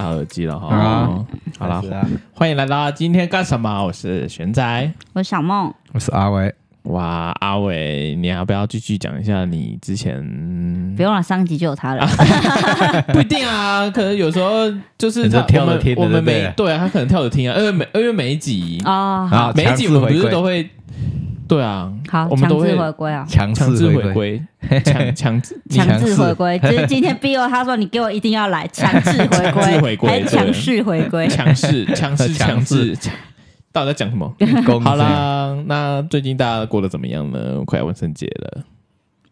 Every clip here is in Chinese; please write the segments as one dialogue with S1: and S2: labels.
S1: 耳机了哈。
S2: 啊
S1: 嗯好了
S2: 开始，啊
S1: 欢迎来到今天干什么？我是玄仔。
S3: 我小
S1: 嗯
S3: 梦，
S2: 我是阿伟，
S1: 哇，阿伟，你要不要继续讲一下你之前？
S3: 不用了，上一集就有他了。
S1: 不一定 啊，可能有时候就是
S2: 你
S1: 他
S2: 说跳
S1: 我
S2: 着
S1: 们
S2: 听的
S1: 我们
S2: 对不对
S1: 每对啊，他可能跳着听啊，因为每因为每一集
S3: 哦，
S2: 啊
S1: 每一集我们不
S2: 强制
S1: 是
S2: 回归
S1: 都会对啊，
S3: 好，
S1: 我们
S3: 强
S1: 都会
S3: 制回归啊，
S2: 强
S1: 强
S2: 制
S1: 制
S2: 回
S1: 回
S2: 归。
S1: 归，强强制你
S2: 强
S3: 强
S2: 制
S3: 制 回归，就是今天 B O 他说你给我一定要来，强制 回
S1: 强制回
S3: 归，
S1: 归
S3: 还
S1: 对
S3: 强势回归。
S1: 强 势强势
S2: 强
S1: 强
S2: 制
S1: 制，强到底在讲什么？
S2: 公
S1: 好
S2: 司，
S1: 啦，那最近大家过得怎么样呢？快要万圣节了，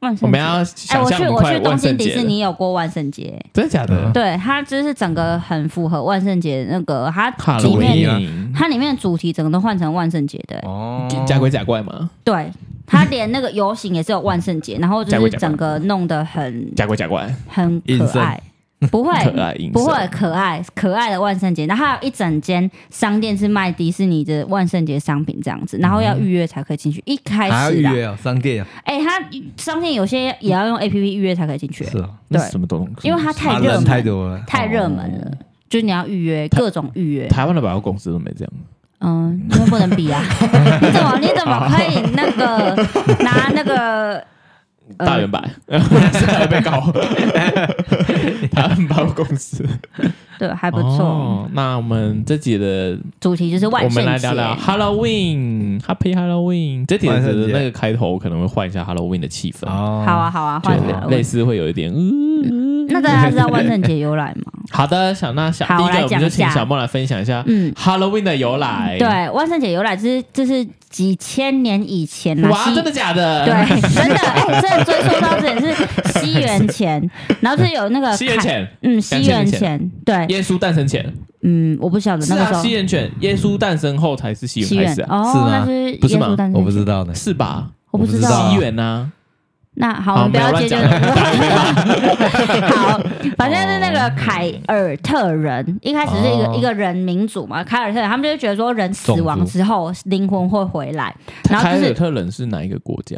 S3: 万圣节
S1: 我们要
S3: 哎，
S1: 想
S3: 我
S1: 象
S3: 去
S1: 我们
S3: 我
S1: 快万
S3: 去东京
S1: 圣
S3: 迪
S1: 节
S3: 士
S1: 了，
S3: 尼有过万圣节，
S1: 真的假的
S2: 嗯？
S3: 对，它就是整个很符合万圣节那个，它
S1: 哈
S3: 里
S1: 罗
S2: 维尼
S3: 面
S2: 啊
S1: 尼
S3: 它里面的主题整个都换成万圣节的、欸
S2: 哦
S1: 假鬼假怪嘛，
S3: 对，它连那个游行也是有万圣节，然后就是整个弄得很
S1: 假鬼假怪，
S3: 很
S2: 阴
S3: 可
S2: 森
S3: 爱，不会
S1: 可爱影
S3: 不会可爱可爱的万圣节，然后还有一整间商店是卖迪士尼的万圣节商品这样子，然后要预约才可以进去。一开
S2: 还要预
S3: 始啊，
S2: 约哦，商店啊
S3: 哎、它商店有些也要用 APP 预约才可以进去、
S2: 是哦，
S1: 那
S3: 对
S1: 是什么东西？
S3: 因为它太
S2: 啊
S3: 热
S2: 人
S3: 门，
S2: 太多了，
S3: 太热门了，
S1: 哦
S3: 就是你要预约各种预约，
S1: 台湾的百货公司都没这样，
S3: 嗯，因为不能 比啊，你怎么你怎么可以那个拿那个
S1: 大
S3: 呃
S1: 圆 百是台北搞， 台湾百货公司
S3: 对
S1: 还
S3: 还不错，
S1: 那我们这集的
S3: 主题就是万
S1: 哦我们
S3: 圣
S1: 来
S3: 节
S1: 聊，聊 Halloween，Happy Halloween。这点
S2: 万圣
S1: 的
S2: 节
S1: 那个开头可能会换一下 Halloween 的气氛，
S2: 哦，
S3: 好啊好啊，换
S1: 对
S3: 好
S1: 类
S3: 了。
S1: 似会有一点。嗯
S3: 那大家知道万圣节由来吗？
S1: 好的，小娜小
S3: 好
S1: 第一
S3: 我来
S1: 个，我们
S3: 讲
S1: 就
S3: 一
S1: 请
S3: 下
S1: 小莫来分享一 下
S3: 嗯，
S1: Halloween 的由来。，
S3: 对，万圣节由来就是就是几千年以前啦，
S1: 哇，
S3: 西
S1: 真的假的？
S3: 对，真的哎，真的追溯到之前是西元前，然后是有那个
S1: 西元
S3: 凯，
S1: 前，
S3: 嗯，西元前，对，
S1: 耶稣诞生前，
S3: 嗯，我不晓得
S1: 是
S3: 那个时
S1: 啊，
S3: 候
S1: 西元前，耶稣诞生后才是西
S3: 西
S1: 元开
S3: 元
S1: 始啊，
S2: 是
S3: 哦，
S2: 吗
S3: 那是
S1: 不是
S3: 耶
S1: 吗
S3: 稣诞生，
S2: 我不知，道呢，
S1: 是吧？
S3: 我不
S2: 我
S3: 知
S2: 不知道
S3: 道
S1: 西。元呐，
S3: 那好，
S1: 好
S3: 我们不
S1: 没有
S3: 要
S1: 乱
S3: 接就
S1: 讲
S3: 好，反正是那个凯尔特人，一开始是一个
S2: 哦
S3: 一个人民族嘛，凯尔特人，他们就会觉得说人死亡
S2: 种族
S3: 之后灵魂会回来，然后
S1: 凯
S3: 就
S1: 尔
S3: 是
S1: 特人是哪一个国家？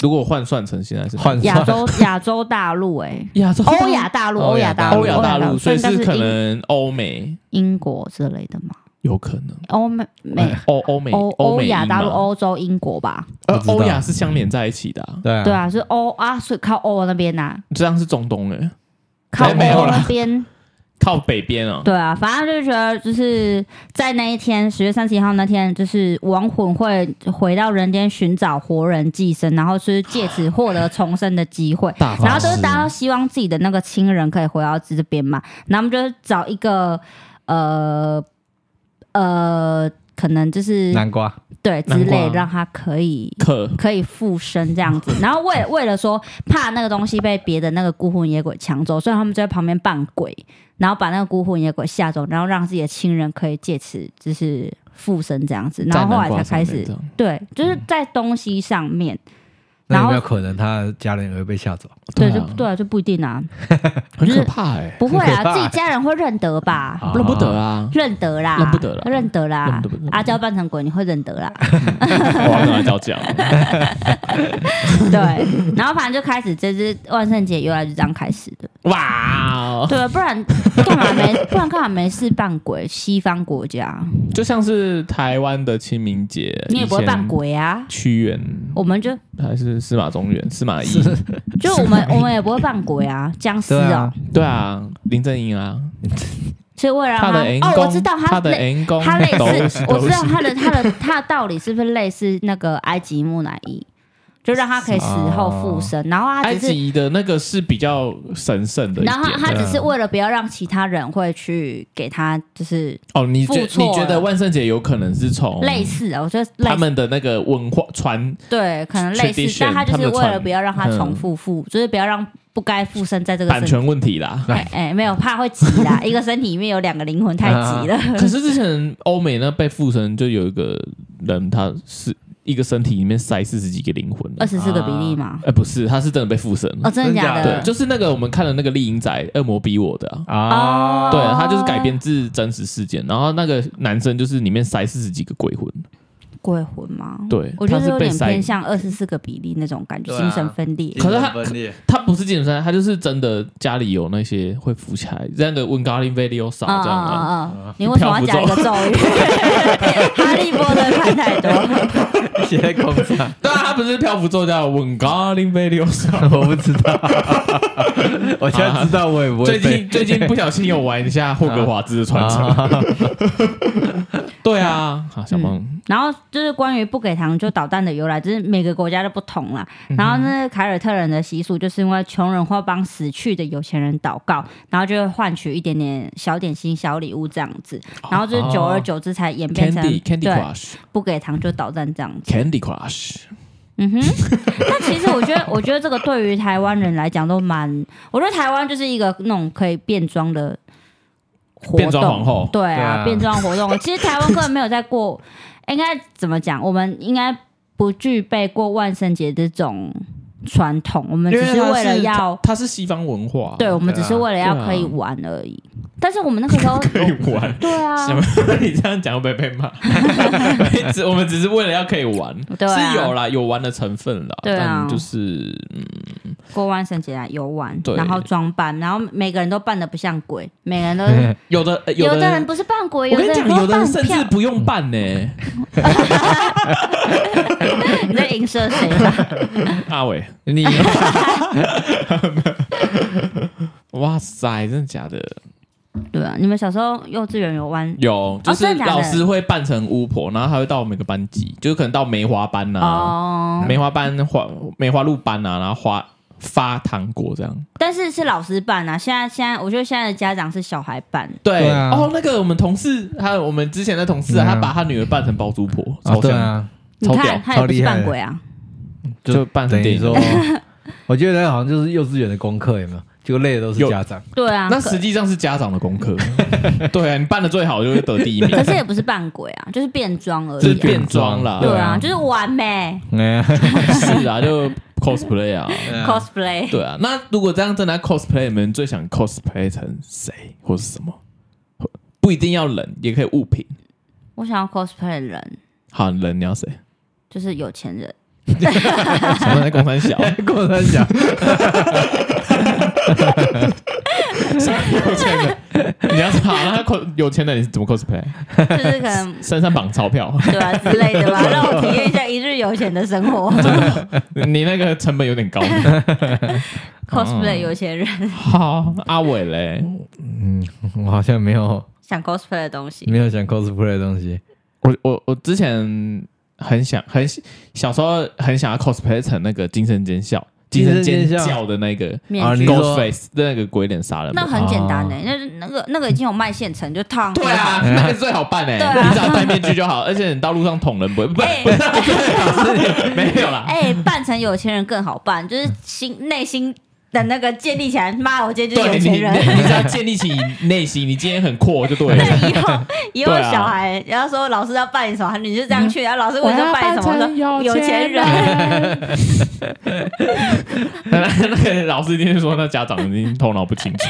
S1: 如果换算成现在是哪
S2: 换
S3: 亚洲 亚洲大 陆哎。
S1: 亚洲
S3: 欧亚大陆，
S2: 欧
S3: 欧
S2: 亚
S3: 亚
S2: 大
S3: 大
S1: 哦
S2: 陆
S3: 陆，
S1: 欧亚大陆，所
S3: 所
S1: 以
S3: 以应该
S1: 是
S3: 是
S1: 可
S3: 英
S1: 能欧美
S3: 英国之类的嘛，
S1: 有可能，
S3: 欧美美
S1: 欧欧哎美
S3: 欧欧
S1: 美
S3: 亚
S1: 英
S3: 大陆、
S1: 嘛
S3: 欧洲、英国吧？
S1: 呃
S2: 不知道
S1: 欧亚是相连在一起的啊，
S2: 对啊
S3: 对，啊，是欧啊，是靠欧那边呐，
S1: 这样是中东哎，
S3: 靠
S1: 哎
S3: 欧
S1: 没有啦
S3: 那边。
S1: 靠北边啊，
S3: 对啊，反正就是觉得就是在那一天，十月三十一号那天，就是亡魂会回到人间寻找活人寄生，然后是借此获得重生的机会。
S1: 大
S2: 啊
S3: 然
S1: 法
S3: 后
S1: 师
S3: 就是大家都希望自己的那个亲人可以回到这边嘛，然后我们就是找一个呃呃，可能就是
S2: 南瓜
S3: 对之
S1: 南瓜
S3: 类，让他可以
S1: 克
S3: 可以附身 这样子。然后为为了说怕那个东西被别的那个孤魂野鬼抢走，所以他们就在旁边扮鬼，然后把那个孤魂野鬼吓走，然后让自己的亲人可以借此就是附身这样子。然后后来才开始，对，就是在东西上面，
S2: 嗯那
S3: 然
S2: 有
S3: 后
S2: 没有可能他的家人也会被吓走？
S3: 对，就
S1: 啊
S3: 对啊，就不一定啊，
S1: 很
S3: 就是
S1: 可怕哎，
S3: 不会
S2: 很可怕
S3: 啊，自己家人会认得吧？
S2: 啊
S1: 认 不得啊，
S3: 认得啦，
S1: 认不得啦
S3: 认得
S1: 认
S3: 啦
S1: 不得认不。得
S3: 阿娇扮成鬼，你会认得 啦。
S1: 我要跟他叫叫，
S3: 对，然后反正就开始，这只万圣节由来就这样开始的。
S1: 哇哦，
S3: 对，啊不然干嘛没？不然干嘛没事扮鬼？西方国家
S1: 就像是台湾的清明节，
S3: 你也不会扮。鬼啊。
S1: 屈原
S3: 我们就
S1: 还是司马中原、司马懿，
S3: 就我 们我们也不会扮鬼啊，僵尸
S2: 对啊
S3: 哦。
S1: 对啊，林正英啊，
S3: 所以为了让
S1: 他的员
S3: 他
S1: 工，
S3: 哦，我知道
S1: 他
S3: 他
S1: 的
S3: 类
S1: 员工，
S3: 他类似，我知道
S1: 是
S3: 他的他的他的道理是不是类似那个埃及木乃伊，就让他可以死后附身，然后他
S1: 啊埃
S3: 只是。
S1: 及的那个是比较神圣的一
S3: 然后
S1: 点。
S3: 他他
S2: 对啊
S3: 只是为了不要让其他人会去给他，就是
S1: 哦，你觉
S3: 付错
S1: 你觉得
S3: 了
S1: 万圣节有可能是从
S3: 类似啊的，我觉得类
S1: 哦他
S3: 似
S1: 们的那个文化传
S3: 对，可能类似
S1: tradition，，
S3: 但他就
S1: 他们
S3: 是
S1: 的
S3: 为
S1: 传嗯
S3: 了不要让他重复附，就是不要让不该附身在这个
S1: 版
S3: 身
S1: 权问题啦？
S3: 哎哎，没有怕会急 啦，一个身体里面有两个灵魂太急了。
S1: 可是之前欧美那被附身，就有一个人，他是一个身体里面塞四十几个灵魂的。
S3: 二十四个比例嘛，
S1: 呃，不是，他是真的被附身
S3: 哦，
S1: 了。
S3: 真的假
S1: 对，
S3: 的？
S1: 就是那个我们看的那个《丽影仔》，恶魔逼我的啊。
S3: 哦
S2: 啊，
S1: 对，他就是改编自真实事件，然后那个男生就是里面塞四十几个鬼魂，
S3: 鬼魂吗？
S1: 对
S3: 嗯我觉
S1: 他
S3: 得
S1: 是
S3: 有
S1: 被
S3: 点
S1: 塞
S3: 偏向二十四个比例那种感觉，
S2: 对啊
S3: 精神分裂。
S1: 可是他
S2: 精神分裂
S1: 他不是精神分裂，他就是真的家里有那些会浮起来，这样的温咖喱 video 少这样啊。
S3: 嗯嗯嗯，你为什么要讲一个咒 语？哈利波特看太多，
S2: 现在空 场，
S1: 当啊然，他不是漂浮作家，温咖喱 video 少。
S2: 我不知道，我现在知道我也不
S1: 最
S2: 会
S1: 近最近不小心有玩一下霍格华兹的传 承，
S2: 啊
S1: 对啊，
S3: 嗯
S1: 好小梦，
S3: 然后就是关于不给糖就捣蛋的由来，就是每个国家都不同啦。
S1: 嗯
S3: 然后那个凯尔特人的习俗，就是因为穷人会帮死去的有钱人祷告，然后就会换取一点点小点心、小礼物这样子。然后就是久而久之才演嗯变成
S1: Candy Candy
S3: 对
S1: 哦 Crush
S3: 不给糖就捣蛋这样子。
S1: Candy Crush，
S3: 嗯哼， 但其实我觉得，我觉得这个对于台湾人来讲都蛮，我觉得台湾就是一个那种可以变装的活动，
S1: 变装皇后
S3: 对
S2: 对
S3: 啊，
S2: 啊
S3: 变装活动。 其实台湾根本没有在过，应该怎么讲？我们应该不具备过万圣节这种传统，我们只是为了要，
S1: 它是西方文化，
S3: 对，啊我们只
S2: 对啊
S3: 是为了要可以玩而已。但是我们那 个时候，
S1: 可以玩。
S3: 对啊，
S1: 什么？你这样讲会被被 骂。只我们只是为了要可以玩，
S3: 对啊
S1: 是有啦，有玩的成分啦。
S3: 对啊
S1: 但就是嗯
S3: 过万圣节啊，游玩，
S1: 对
S3: 然后装扮，然后每个人都扮的不像鬼，每个 人都是。
S1: 有的呃
S3: 有
S1: 的
S3: 的人不是扮鬼，
S1: 我跟你
S3: 的
S1: 讲，
S3: 人
S1: 有的人
S3: 扮
S1: 甚
S3: 票
S1: 至不用办呢。
S3: 你在影射谁啊吧？
S1: 阿伟，
S2: 你
S1: 哇塞，真的假的？
S3: 对啊，你们小时候幼稚园有玩？
S1: 有，就
S3: 哦真
S1: 是
S3: 的假的
S1: 老师会扮成巫婆，然后他会到每个班级，就是可能到梅花班呐、
S3: 哦，
S1: 梅花班花梅花鹿班呐、然后花发糖果这样。
S3: 但是是老师办啊。现在现在，我觉得现在的家长是小孩办，
S1: 对
S2: 对啊
S1: 哦，那个我们同事，还有我们之前的同事啊，
S2: 嗯啊
S1: 他把他女儿扮成包租婆，
S2: 啊
S1: 超
S2: 对
S1: 像，
S2: 啊，
S3: 你
S1: 超屌
S3: 看他也不是扮鬼啊。
S1: 就扮成
S2: 等
S1: 电
S2: 于
S1: 影。
S2: 说，我觉得好像就是幼稚园的功课有没有？结果累的都是
S1: 有
S2: 家长，
S3: 对啊，
S1: 那
S3: 可
S1: 实际上是家长的功 课，对啊，你办的最好就会得第一名，
S3: 可是也不是扮鬼啊，就是变装而
S1: 就是
S3: 已啊。
S1: 变装啦，
S3: 对啊，就是玩呗
S2: 哎，
S1: 是啊，就 cosplay 啊，
S3: ，cosplay。
S1: 对啊。那如果这样真的要 cosplay，你们最想 cosplay 成谁或是什么？不一定要人，也可以物品。
S3: 我想要 cosplay 的人，
S1: 好，人你要谁？
S3: 就是有钱人。
S1: 什么在公山 小？
S2: 跟我在讲，
S1: 有钱人，你要是好，那 cos 有钱人你怎么 cosplay？
S3: 就是可能
S1: 身上绑钞票，
S3: 对啊之类 的吧，让我体验一下一日有钱的生活。
S1: 嗯你那个成本有点高。
S3: cosplay 有钱人
S1: 好，阿伟嘞，
S2: 我好像没有
S3: 想 cosplay 的东
S1: 嗯
S3: 西，
S2: 没有想 cosplay 的东西，
S1: 我我我之前很想很小时候很想要 cosplay 成那个惊声尖笑、惊
S2: 惊声
S1: 声尖
S2: 尖笑
S1: 叫的那个
S3: 面
S2: 啊
S3: 具
S2: 你说
S1: Ghostface 的那个鬼脸杀人
S3: 那
S1: 魔。
S3: 很简单的、那那个那个已经有卖现成，就烫。
S1: 哦对啊，那个最好办哎、
S3: 对啊
S1: 你只要戴面具就好，而且你到路上捅人不会，不
S3: 哎
S1: 不是没有啦，
S3: 哎、扮成有钱人更好办，
S1: 嗯
S3: 就是心内心的那个建立起来。妈，我今天就
S1: 对
S3: 是有
S1: 你，
S3: 钱 人。
S1: 你只要建立起内心，你今天很阔就对了。
S3: 那以后以后
S1: 对啊
S3: 小孩，然后说老师要扮演什么，你就这样去。然后老师问你
S1: 我
S3: 说
S1: 要
S3: 扮演什么，
S1: 扮成
S3: 我
S1: 有
S3: 说有
S1: 钱
S3: 钱
S1: 人
S3: 人。
S1: 那 那个老师一定是说，那家长已经头脑不清楚，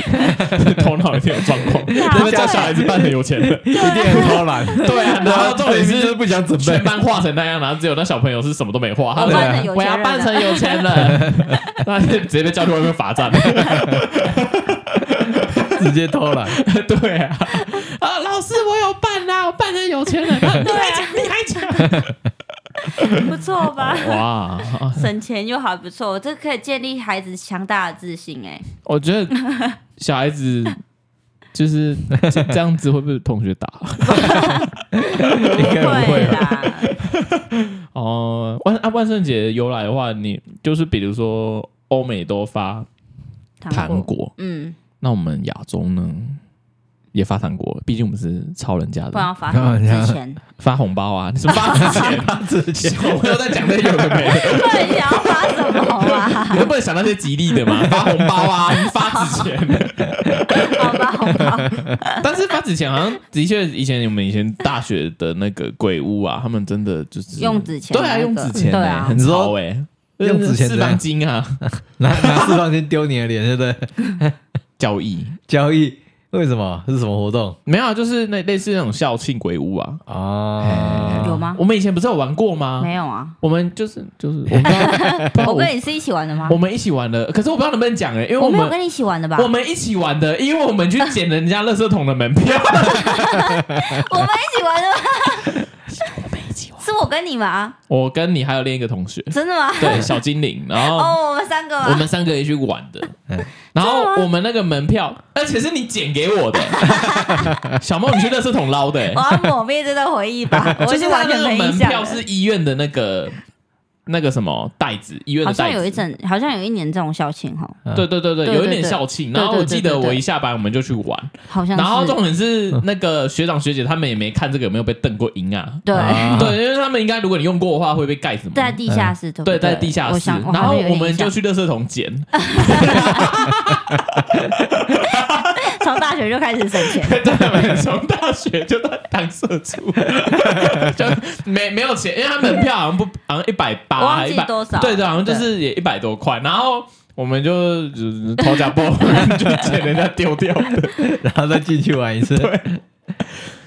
S1: 头脑一定有状况，他们叫小孩子扮成有钱人。
S2: 一定很偷 懒。
S1: 对啊，然后重点
S2: 就是是不想准备
S1: 全，班画成那样，啊然后只有那小朋友是什么都没画，他
S3: 我
S1: 们
S3: 扮成
S1: 说
S3: 有
S1: 我
S3: 钱
S1: 要哦
S3: 人
S1: 扮成有
S3: 了。
S1: 钱 人，啊那就直接被叫去外面罚 站。
S2: 直接偷 懒。
S1: 对啊，啊，老师我有扮啊，我扮成有钱 人，啊
S3: 对啊，
S1: 你还讲？
S3: 不错吧？
S1: 哇，啊
S3: 省钱又好，不错，这可以建立孩子强大的自信、哎，
S1: 我觉得小孩子。就是这这样子会被同学打
S3: 不
S2: 该不
S3: 会
S2: 会
S1: 啊
S3: 啦。
S1: 哦。万啊，万圣节的由来的话，你就是比如说欧美都发糖果，
S3: 嗯，
S1: 那我们亚洲呢也发糖果，毕竟我们是抄人家
S3: 不然啊
S1: 的，
S3: 罚他 之前，
S1: 发红包啊，你是发之前，发之前， 我又在讲那有的没 的，
S3: 到底想要罚什 么啊？
S1: 你不能想那些吉利的 嘛，发红包啊，你发之前，
S3: 好吧，好 吧，
S1: 但是发之前好像的确以前我们以前大学的那个鬼屋啊，他们真的就是
S3: 用纸钱
S1: 对啊，
S3: 那个
S1: 用纸钱欸，
S3: 对啊
S1: 很潮哎，
S2: 用纸钱
S1: 四
S2: 怎样
S1: 方金啊，
S2: 拿拿四方钱丢你的脸，对不对？
S1: 交易
S2: 交易为什么？这是什么活动
S1: 没有啊，就是那类似那种校庆鬼屋啊。
S2: 啊？
S3: 有吗
S1: 我们以前不是有玩过吗？
S3: 没有啊，
S1: 我们就是 就是我们不知道不知道
S3: 我
S1: 我
S3: 跟你是一起玩的吗
S1: 我？们一起玩的，可是我不知道能不能讲哎、因为
S3: 我没有
S1: 们
S3: 跟你一起玩的吧？
S1: 我们一起玩的，因为我们去捡人家垃圾桶的门票，
S3: 我们一起玩的吗？
S1: 我们一起玩。
S3: 是我跟你吗？
S1: 我跟你还有另一个同学，
S3: 真的吗？
S1: 对小精灵，然后
S3: 哦，我们三个
S1: 我
S3: 吗？
S1: 们三个一起去玩的
S2: 嗯，
S1: 然后我们那个门票，而且是你捡给我的，小梦你去垃圾桶捞的、欸
S3: 我，要抹灭这段回 忆吧，哦我
S1: 就是
S3: 完
S1: 他那
S3: 全
S1: 个
S3: 没印
S1: 门
S3: 象
S1: 票
S3: 了。
S1: 是医院的那个那个什么袋子，医院
S3: 好
S1: 的
S3: 像
S1: 袋
S3: 有一
S1: 子。
S3: 阵，好像有一年这种校庆哈，
S1: 对对对对，
S3: 对
S1: 有一
S3: 对
S1: 点
S3: 对
S1: 校庆，
S3: 对
S1: 然后我
S3: 对
S1: 记
S3: 对
S1: 得
S3: 对
S1: 我一
S3: 对
S1: 下班我们就去玩，
S3: 好像
S1: 然后
S3: 是
S1: 重点是那个学长学姐他们也没看这个有没有被瞪过音啊，
S3: 对，
S2: 啊
S1: 对，因为他们应该如果你用过的话会被盖什么？
S3: 在地下室
S1: 嗯
S3: 对不
S1: 对，
S3: 对，
S1: 在地下
S3: 我
S1: 室
S3: 想，
S1: 然后我
S3: 我
S1: 们就
S3: 去
S1: 去垃圾桶捡，
S3: 从大学就开始省 钱，
S1: 对，我们从大学就在当社畜，就没没有钱，因为他门票好像不好像一百
S3: 我
S1: 八，
S3: 忘
S1: 一
S3: 记
S1: 百
S3: 多少
S1: 对对，好像就是也一百多块，然后。我们就就是偷假包，就捡人家丢掉的。
S2: 然后再进去玩一次，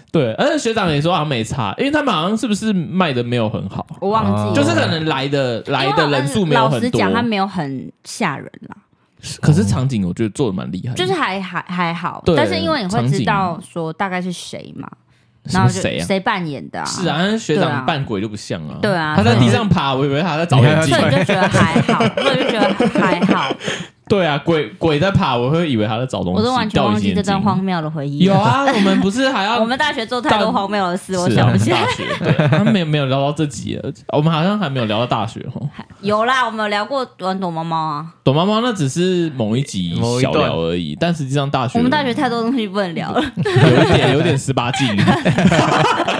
S1: 对，而且学长也说好像没差，因为他们好像是不是卖的没有很好，
S3: 我忘记了，
S1: 哦就是可能来的来的人数没有
S3: 老
S1: 很
S3: 实
S1: 多。
S3: 讲，他没有很吓人啦，
S1: 可是场景我觉得做的蛮厉害的，
S3: 就是还还还好，
S1: 嗯对
S3: 但是因为你会知
S1: 场
S3: 道说大概是谁嘛，
S1: 什
S3: 然后
S1: 么
S3: 就
S1: 谁啊？
S3: 谁扮演的啊，
S1: 是啊，，但是学
S3: 对
S1: 长
S3: 啊
S1: 扮鬼就不像啊。
S3: 对啊
S1: 他在地上爬，我以为他在找
S2: 你
S1: 眼
S2: 看
S3: 所
S1: 镜
S2: 他。
S3: 以就觉得还 好，所以就觉得还好，
S1: 对啊，鬼鬼在爬，我会以为他在找东西。
S3: 我都完全
S1: 掉
S3: 忘
S1: 眼
S3: 记
S1: 睛
S3: 这段荒。谬的回忆。
S1: 有，啊，我们不是还要
S3: 我们大学做太多荒谬的事，我
S1: 是啊
S3: 想不起来
S1: 大。学，对，他们没有没有聊到这集了，我们好像还没有聊到大学 哦。
S3: 有啦，我们有聊过玩躲猫猫啊。
S1: 躲猫猫那只是某一集
S2: 某一
S1: 小
S2: 段
S1: 聊而已，但实际上大学
S3: 我们大学太多东西不能聊了，
S1: 有一点有点十 八禁，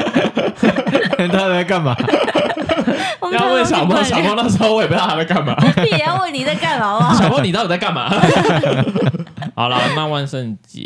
S2: 他在干嘛？
S3: 我们太
S1: 要
S3: 多
S1: 问
S3: 东西
S1: 小
S3: 不
S1: 猫，
S3: 能
S1: 小猫
S3: 聊。
S1: 那时候我也不知道他在干嘛。
S3: 也要问你在干嘛 啊好不好
S1: 小猫，你到底在干嘛？好啦，那万圣节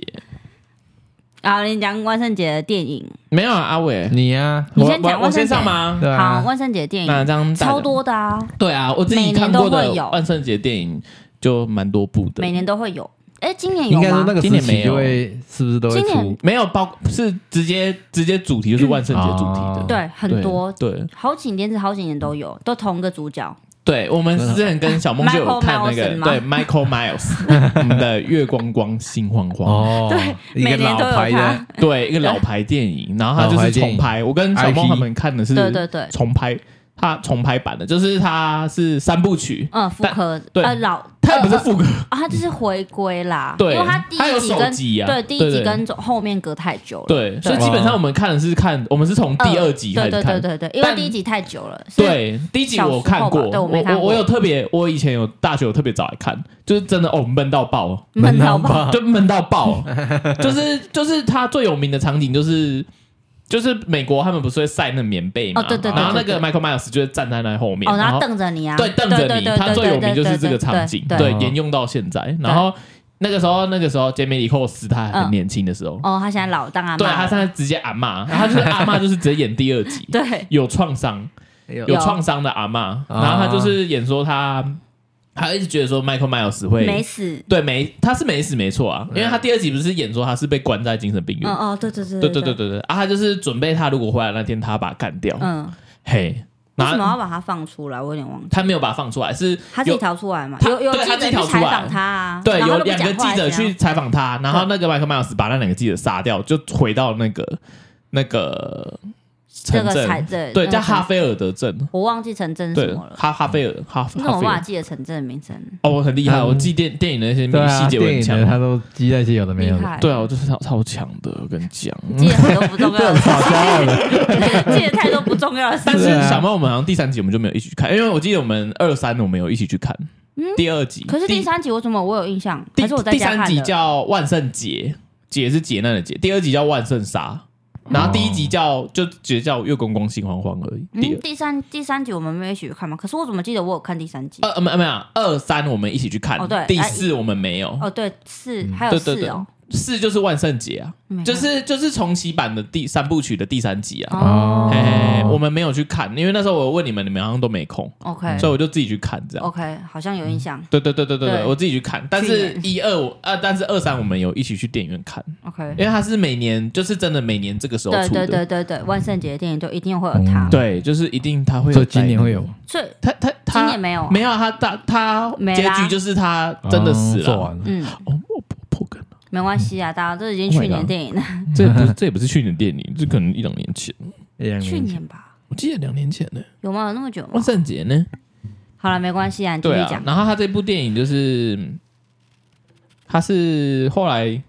S3: 好，你讲万圣节的电影。
S1: 没有啊，阿伟，
S2: 你呀，
S3: 你
S1: 我
S3: 先讲
S1: 我我
S3: 万圣
S1: 先
S3: 节
S1: 上吗？
S2: 对
S3: 好，
S2: 啊，
S3: 万圣节的电
S1: 那
S3: 影
S1: 这样大家
S3: 超多的啊，
S1: 对啊，我自己看过的万圣节电影就蛮多部的，
S3: 每年都会有。哎，今年有
S2: 应该说
S3: 吗
S2: 那？个
S1: 今
S2: 时
S1: 年没
S2: 期
S1: 有
S2: 就会是不是都会
S3: 今年
S2: 出？
S1: 没有包是直接直接主题就是万圣节主题的，
S2: 哦
S3: 对，很多，
S1: 对
S3: 好几年是好几年都有，都同一个主角。
S1: 对，我们之前跟小梦就有看那个
S3: Michael Myers 吗
S1: 对 Michael Miles 我们的月光光心慌慌，
S2: 哦，
S3: 对
S2: 一个
S3: 每年
S2: 老
S3: 都有
S2: 牌
S3: 他
S2: 的，
S1: 对一个老牌电影，然后它就是重拍，我跟小梦他们看的是
S3: 对对对，
S1: 重拍，它重拍版的，就是它是三部曲，
S3: 嗯，复刻
S1: 对
S3: 呃老，
S1: 它也不是
S3: 呃
S1: 副歌，
S3: 啊，它就是回归啦，
S1: 对
S3: 因为它第
S1: 它有
S3: 一集
S1: 首
S3: 跟
S1: 集啊
S3: 对第一
S1: 对
S3: 集
S1: 对
S3: 跟后面隔太久了，
S1: 对，所以基本上我们看的是看我们是从
S3: 呃，
S1: 第二集开
S3: 对
S1: 始
S3: 对
S1: 看
S3: 对，对对，因为
S1: 但
S3: 第一集太久了，是，
S1: 对，第一集我看过，
S3: 小时候吧对
S1: 我
S3: 我没看过
S1: 我有特别，我以前有大学有特别早来看，就是真的哦闷到爆，
S3: 闷到 爆，
S1: 就闷到爆，就是就是它最有名的场景就是。就是美国，他们不是会晒那棉被嘛？
S3: 哦对对对
S1: 然后那
S3: 对
S1: 个 Michael Myers 就是站在那后面，
S3: 哦，然
S1: 然
S3: 后
S1: 后
S3: 瞪着你啊，
S1: 对瞪着
S3: 对
S1: 你，
S3: 对
S1: 他
S3: 对
S1: 最有名就是这个
S3: 对对
S1: 场景，
S3: 对对
S1: 对
S3: 对
S2: 对
S1: 沿用到现在。然后那个时候，那个时候杰米里寇斯他还很
S3: 嗯
S1: 年轻的时候，
S3: 哦，他现在老当阿
S1: 对他
S3: 妈，
S1: 现在直接阿嬷，然后他就是阿嬷，就是直接演第二集，
S3: 对，
S1: 有创伤，
S2: 有
S1: 有创伤的阿嬷，然后她就是演说她，她一直觉得说 Michael Myles 会
S3: 没死，
S1: 对没，她是没死没错啊，因为她第二集不是演说她是被关在精神病
S3: 嗯
S1: 院，
S3: 哦，对对对
S1: 对对对
S3: 对，
S1: 对对，啊，她就是准备她如果回来那天她把她干掉，
S3: 嗯，
S1: 嘿，
S3: 为什么
S1: 然后
S3: 要把它放出来？我有点忘记，
S1: 她没有把她放出来，是
S3: 他自己
S1: 有。
S3: 逃出来嘛？
S1: 他
S3: 有有
S1: 对
S3: 记
S1: 他自
S3: 者
S1: 己逃
S3: 去
S1: 出来
S3: 采访他啊，
S1: 对，
S3: 然后
S1: 有
S3: 他都不
S1: 两个
S3: 讲话
S1: 记者
S3: 还是怎
S1: 去
S3: 样，
S1: 采访她，然后那个麦克迈尔斯把那两个记者杀掉，就回到那个那个
S3: 这
S1: 城
S3: 个采
S1: 镇，
S3: 这
S1: 对，叫哈
S3: 哈，
S1: 菲尔德镇，
S3: 我忘记城镇是
S1: 对
S3: 什么，了，
S1: 哈哈菲尔哈哈
S3: 那
S1: 菲
S3: 我
S1: 尔
S3: 无法记得城镇的名称，
S1: 哦，我很厉害，
S2: 嗯
S1: 我记电电影的那些
S2: 对
S1: 细
S2: 啊，
S1: 节我很
S2: 电影
S1: 强
S2: 的。他都记那些有的没
S3: 厉
S2: 有的，
S3: 害，
S1: 对啊，我就是超超强的，我跟你讲。
S3: 记得很多不重 要的事
S2: 好骄傲的，
S3: 情， 记得太多不重要的事
S1: 但
S3: 情
S1: 是
S2: 对啊
S1: 小猫，我们好像第三集我们就没有一起去看，因为我记得我们二三我们有一起去看第二集。
S3: 嗯可是第三集为什么我有印象？
S1: 第
S3: 还是我在
S1: 第
S3: 家
S1: 三
S3: 看
S1: 集
S3: 的？
S1: 叫万圣节，节是劫难的节，第二集叫万圣杀，然后第一集叫就只叫月光光心慌慌而已。第
S3: 嗯，第三第三集我们没有一起去看吗？可是我怎么记得我有看第三集？
S1: 二呃没没有二三我们一起去看
S3: 哦对，
S1: 第四我们没有。
S3: 哦，对，四还有
S1: 呃对对
S2: 嗯
S3: 四
S1: 对
S3: 哦，，
S1: 四就是万圣节啊，
S3: 没看
S1: 就是就是重启版的第三部曲的第三集啊。
S3: 嗯哦
S1: 哎、我们没有去看，因为那时候我问你们，你们好像都没空，
S3: ，OK
S1: 所以我就自己去看这样。
S3: OK，好像有印象
S1: 对对对对对对，
S3: 哦对
S1: 我自己去看，但是
S3: 去
S1: 一二我啊，但是二三我们有一起去电影院看，
S3: ，OK，
S1: 因为它是每年就是真的每年这个时候
S3: 对
S1: 出的，
S3: 对对对对，万圣节的电影就一定会有
S2: 嗯
S3: 它，
S1: 对就是一定它会有
S2: 啊所
S1: 在，
S2: 以今年会有
S3: 所以
S1: 他他他
S3: 今年没有啊
S1: 没有啊他他他
S3: 没
S1: 结
S3: 啦
S1: 局就是他真的死
S2: 啊做
S1: 了，
S2: 完了，
S3: 嗯，
S1: 哦我破破梗了，
S3: 没关系啊，大家都已经
S2: Oh my
S3: 去年
S2: God
S3: 电影了，
S1: 这也 不是这也不是去年电影，这可能一两年前，
S2: 一两
S3: 去
S2: 年前
S3: 年吧，
S1: 我记得两年前呢，
S3: 有吗？有那么久吗
S1: 万？圣节呢，
S3: 好了，没关系啊，你继
S1: 对
S3: 续
S1: 啊
S3: 讲，，
S1: 然后他这部电影就是，嗯他是后来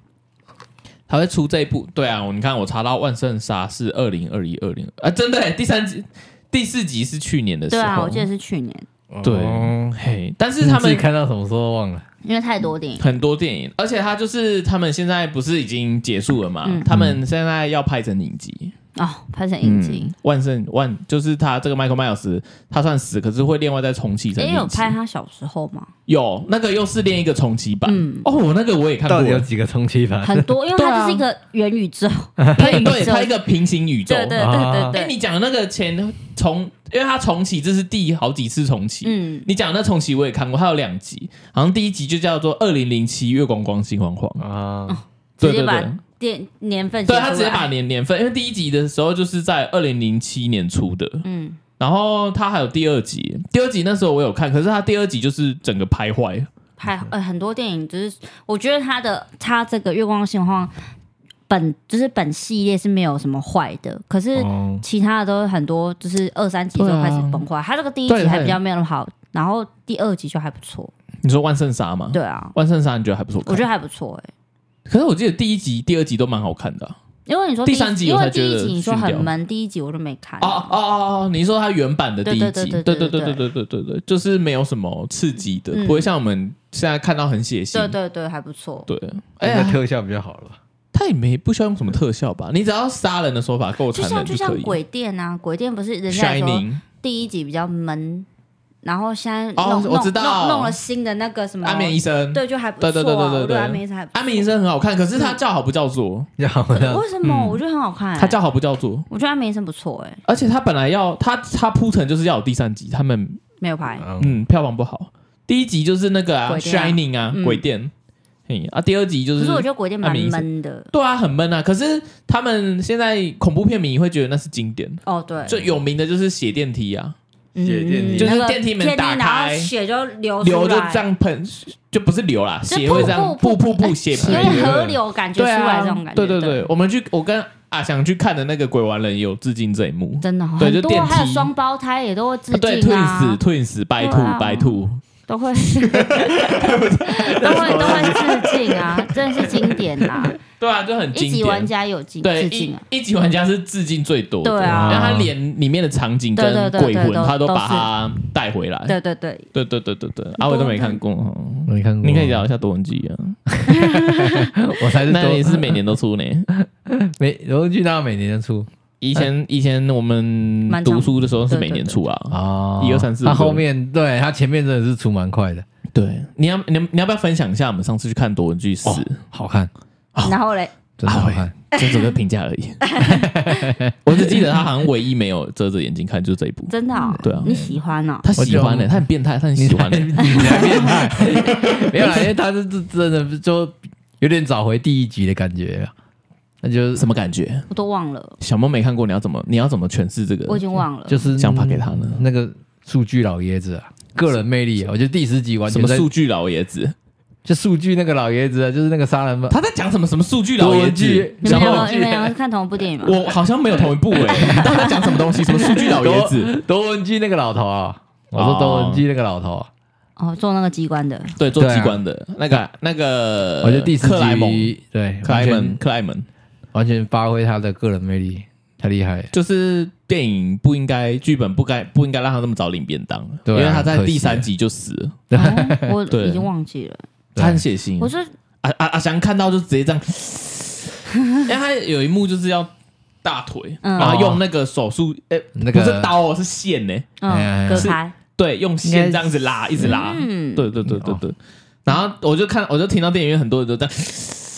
S1: 他会出这一部，对啊，你看我查到万圣杀是二零二一二零啊，真的耶第三集第四集是去年的时
S3: 对
S1: 候，
S3: 啊，我记得是去年，
S1: 对
S2: 哦
S1: 嘿，但是
S2: 是
S1: 他
S2: 他们
S1: 们
S2: 看到什么时候忘了？
S3: 因为太多电影，
S1: 很多电影，而且他就是他们现在不是已经结束了嘛？
S3: 嗯
S1: 他们现在要拍成影集，
S3: 哦，拍成影集
S1: 嗯。万圣万就是他这个 Michael Myers 他算死，可是会另外再重嗯启成
S3: 哎，
S1: 影集。
S3: 有拍他小时候吗？
S1: 有那个又是另一个重启版、
S3: 嗯
S1: 哦，我那个我也看过
S2: 到底，有几个充气盘？
S3: 很多，因为
S1: 对啊
S3: 它就是一个元宇宙，
S1: 拍
S3: 元宇
S1: 对
S3: 宙
S1: 拍一个平行宇宙。
S3: 对对
S2: 啊
S3: 对
S1: 哎，
S3: 对对，
S1: 你讲的那个前重，因为他重启这是第好几次重启。
S3: 嗯，
S1: 你讲的那重启我也看过，它有两集，好像第一集就叫做《二零零七月光光心慌慌》。
S2: 啊，
S1: 对
S3: 直接
S1: 对
S3: 把
S1: 对
S3: 电年份
S1: 对
S3: 写
S1: 他直
S3: 出
S1: 接
S3: 来
S1: 把年年份，因为第一集的时候就是在二零零七年出的，
S3: 嗯，
S1: 然后他还有第二集，第二集那时候我有看，可是他第二集就是整个拍坏，
S3: 拍呃很多电影，就是我觉得他的他这个月光心慌本就是本系列是没有什么坏的，可是
S2: 哦
S3: 其他的都很多就是二三集就开始崩坏，他这个第一集
S1: 对啊
S3: 还
S1: 对
S3: 比较没有那么好，然后第二集就还不错，
S1: 你说万圣杀吗？
S3: 对啊，
S1: 万圣杀你觉得还不错看？
S3: 我觉得还不错哎，
S1: 可是我记得第一集、第二集都蛮好看的啊、
S3: 因为你说
S1: 第
S3: 一
S1: 三集
S3: 因
S1: 我才
S3: 为第
S1: 觉
S3: 一
S1: 得
S3: 集你说
S1: 逊
S3: 很
S1: 掉
S3: 闷，第一集我就没看，
S1: 哦哦哦哦，你说它原版的第一集，对
S3: 对对对
S1: 对对
S3: 对
S1: 对
S3: 对
S1: 对对对对，就是没有什么刺激的，
S3: 嗯
S1: 不会像我们现在看到很血
S3: 对
S1: 腥。
S3: 对对，还不错，
S1: 对，哎
S2: 那个
S1: 呀，
S2: 特效比较好了。
S1: 他也没不需要用什么特效吧？你只要杀人的手法够
S3: 就
S1: 残
S3: 像
S1: 忍
S3: 就
S1: 可
S3: 像
S1: 以。
S3: 鬼店啊，鬼店不是人家也说
S1: Shining
S3: 第一集比较闷，然后现在弄、
S1: 哦我
S3: 弄
S1: 知道
S3: 弄弄了新的那个什么
S1: 安眠医生，
S3: 对，就还不错、
S1: 对对
S3: 啊。
S1: 对对对
S3: 我觉
S1: 对
S3: 得安眠医生还不错
S1: 安眠医生很好看，可是他
S3: 嗯
S1: 叫好不叫座，
S2: 要好像
S3: 为什么、
S1: 嗯
S3: 我觉得很好看、欸？
S1: 他叫好不叫座，
S3: 我觉得安眠医生不错哎、
S1: 而且他本来要他他铺陈就是要有第三集，他们
S3: 没有拍。
S2: 嗯
S1: 嗯票房不好，第一集就是那个啊
S3: 鬼店啊
S1: Shining 啊
S3: 嗯
S1: 鬼店，嘿啊第二集就
S3: 可
S1: 是
S3: 是我觉得鬼店蛮
S1: 安眠医生
S3: 闷的
S1: 对啊很闷啊，可是他们现在恐怖片迷会觉得那是经典，
S3: 哦，对，
S1: 最有名的就是血电梯啊，
S3: 嗯
S2: 血电梯
S1: 就是
S3: 那个
S1: 电梯门打开
S3: 然后血就流哦出来
S1: 流就这，样喷，就不是流啦，
S3: 就
S1: 血会这样瀑
S3: 瀑布哎
S1: 布布血
S3: 有
S1: 喷
S3: 点河流感觉
S1: 对
S3: 出来
S1: 啊
S3: 这种感觉。
S1: 对对对，，我们去我跟阿翔去看的那个鬼玩人也有致敬这一幕。
S3: 真的哦
S1: 对
S3: 很
S1: 就
S3: 多，
S1: 电梯
S3: 还有双胞胎也都会致
S1: 啊对
S3: 敬啊
S1: ，Twins，Twins，白兔
S3: 对啊
S1: 白兔，
S3: 都会 都会都会致敬 啊，真的是经典啊！
S1: 对啊，就很
S3: 一
S1: 经
S3: 级玩
S1: 典。
S3: 家有敬
S1: 对，
S3: 致
S1: 一
S3: 敬啊，
S1: 一级玩家是致敬最多的，
S3: 对
S1: 因
S3: 啊
S1: 为他连里面的场景
S3: 对
S1: 跟
S3: 对对
S1: 鬼魂
S3: 对，对
S1: 他都
S3: 都
S1: 把
S3: 是
S1: 它带回来。
S3: 对对对，
S1: 对对对对对，阿伟都没看过，哦
S2: 没看过，
S1: 你可以聊一下多文基啊，
S2: 我才是
S1: 那也
S2: 多
S1: 是每年都出呢。
S2: 每罗文剧，那每年都出
S1: 以前以前我们
S3: 蛮常
S1: 读书的时候是
S3: 对对
S1: 每年
S3: 对
S1: 出啊。
S2: 啊
S1: 一二三四五
S2: 他
S1: 六
S2: 后面对他前面真的是出蛮快的，
S1: 对，哦你要你你要不要分享一下我们上次去看多文剧四？
S2: 哦好看，
S1: 哦
S3: 然后嘞，
S2: 真的好看。
S1: 就只个评价而已。 我只记得他好像唯一没有遮着眼睛看就是这一部，
S3: 真的哦，
S1: 对啊
S3: 你喜欢哦，
S1: 他喜欢的、欸
S2: 我就
S1: 他很变态，他很喜欢的、欸
S2: 你才变态， 没有啦，因为他是真的就有点找回第一集的感觉啊，那就 是
S1: 什么感觉？
S3: 我都忘了，
S1: 小猫没看过，你要怎么你要怎么诠释这个？
S3: 我已经忘了，
S2: 就是
S1: 想法给他呢
S2: 那个数据老爷子啊，个人魅力啊，我觉得第十集完
S1: 什
S2: 全
S1: 么
S2: 在
S1: 数据老爷子？
S2: 就数据那个老爷子啊，就是那个杀人犯，
S1: 他在讲什么什么数据老爷子？
S3: 你
S1: 然
S2: 小
S3: 们两
S1: 后
S2: 猫
S3: 个你们两个看同一部电影吗？
S1: 我好像没有同一部 哎、欸，你到底在讲什么东西？什么数据老爷子？
S2: 多文基那个老头啊，我说多文基那个老头啊，
S3: 哦，做那个机关的，
S1: 对，做
S2: 对啊
S1: 机关的、那个那个，
S2: 我觉得第十
S1: 哦克莱蒙，
S2: 集对
S1: 克莱
S2: 完
S1: 蒙，
S2: 全
S1: 克莱蒙，
S2: 完全发挥他的个人魅力，太厉 害了。
S1: 就是电影不应该，剧本不该不应该让他这么早领便当，
S2: 对啊
S1: 因为他在
S2: 可惜
S1: 第三集就死了，
S3: 哦 我
S1: 对嗯
S3: 已经忘记了，
S2: 对
S1: 他很血腥。
S3: 我是
S1: 阿阿阿翔看到就直接这样，因为他有一幕就是要大腿，
S3: 嗯
S1: 然后用那个手术，哎、
S2: 那个
S1: 不是刀哦，是线呢、
S2: 哎呀呀
S3: 嗯，隔开，
S1: 对，用
S2: 应该
S1: 线
S2: 是
S1: 这样子拉，一直拉，
S3: 嗯，
S1: 对对对对对。然后我就看，我就听到电影院很多人都在，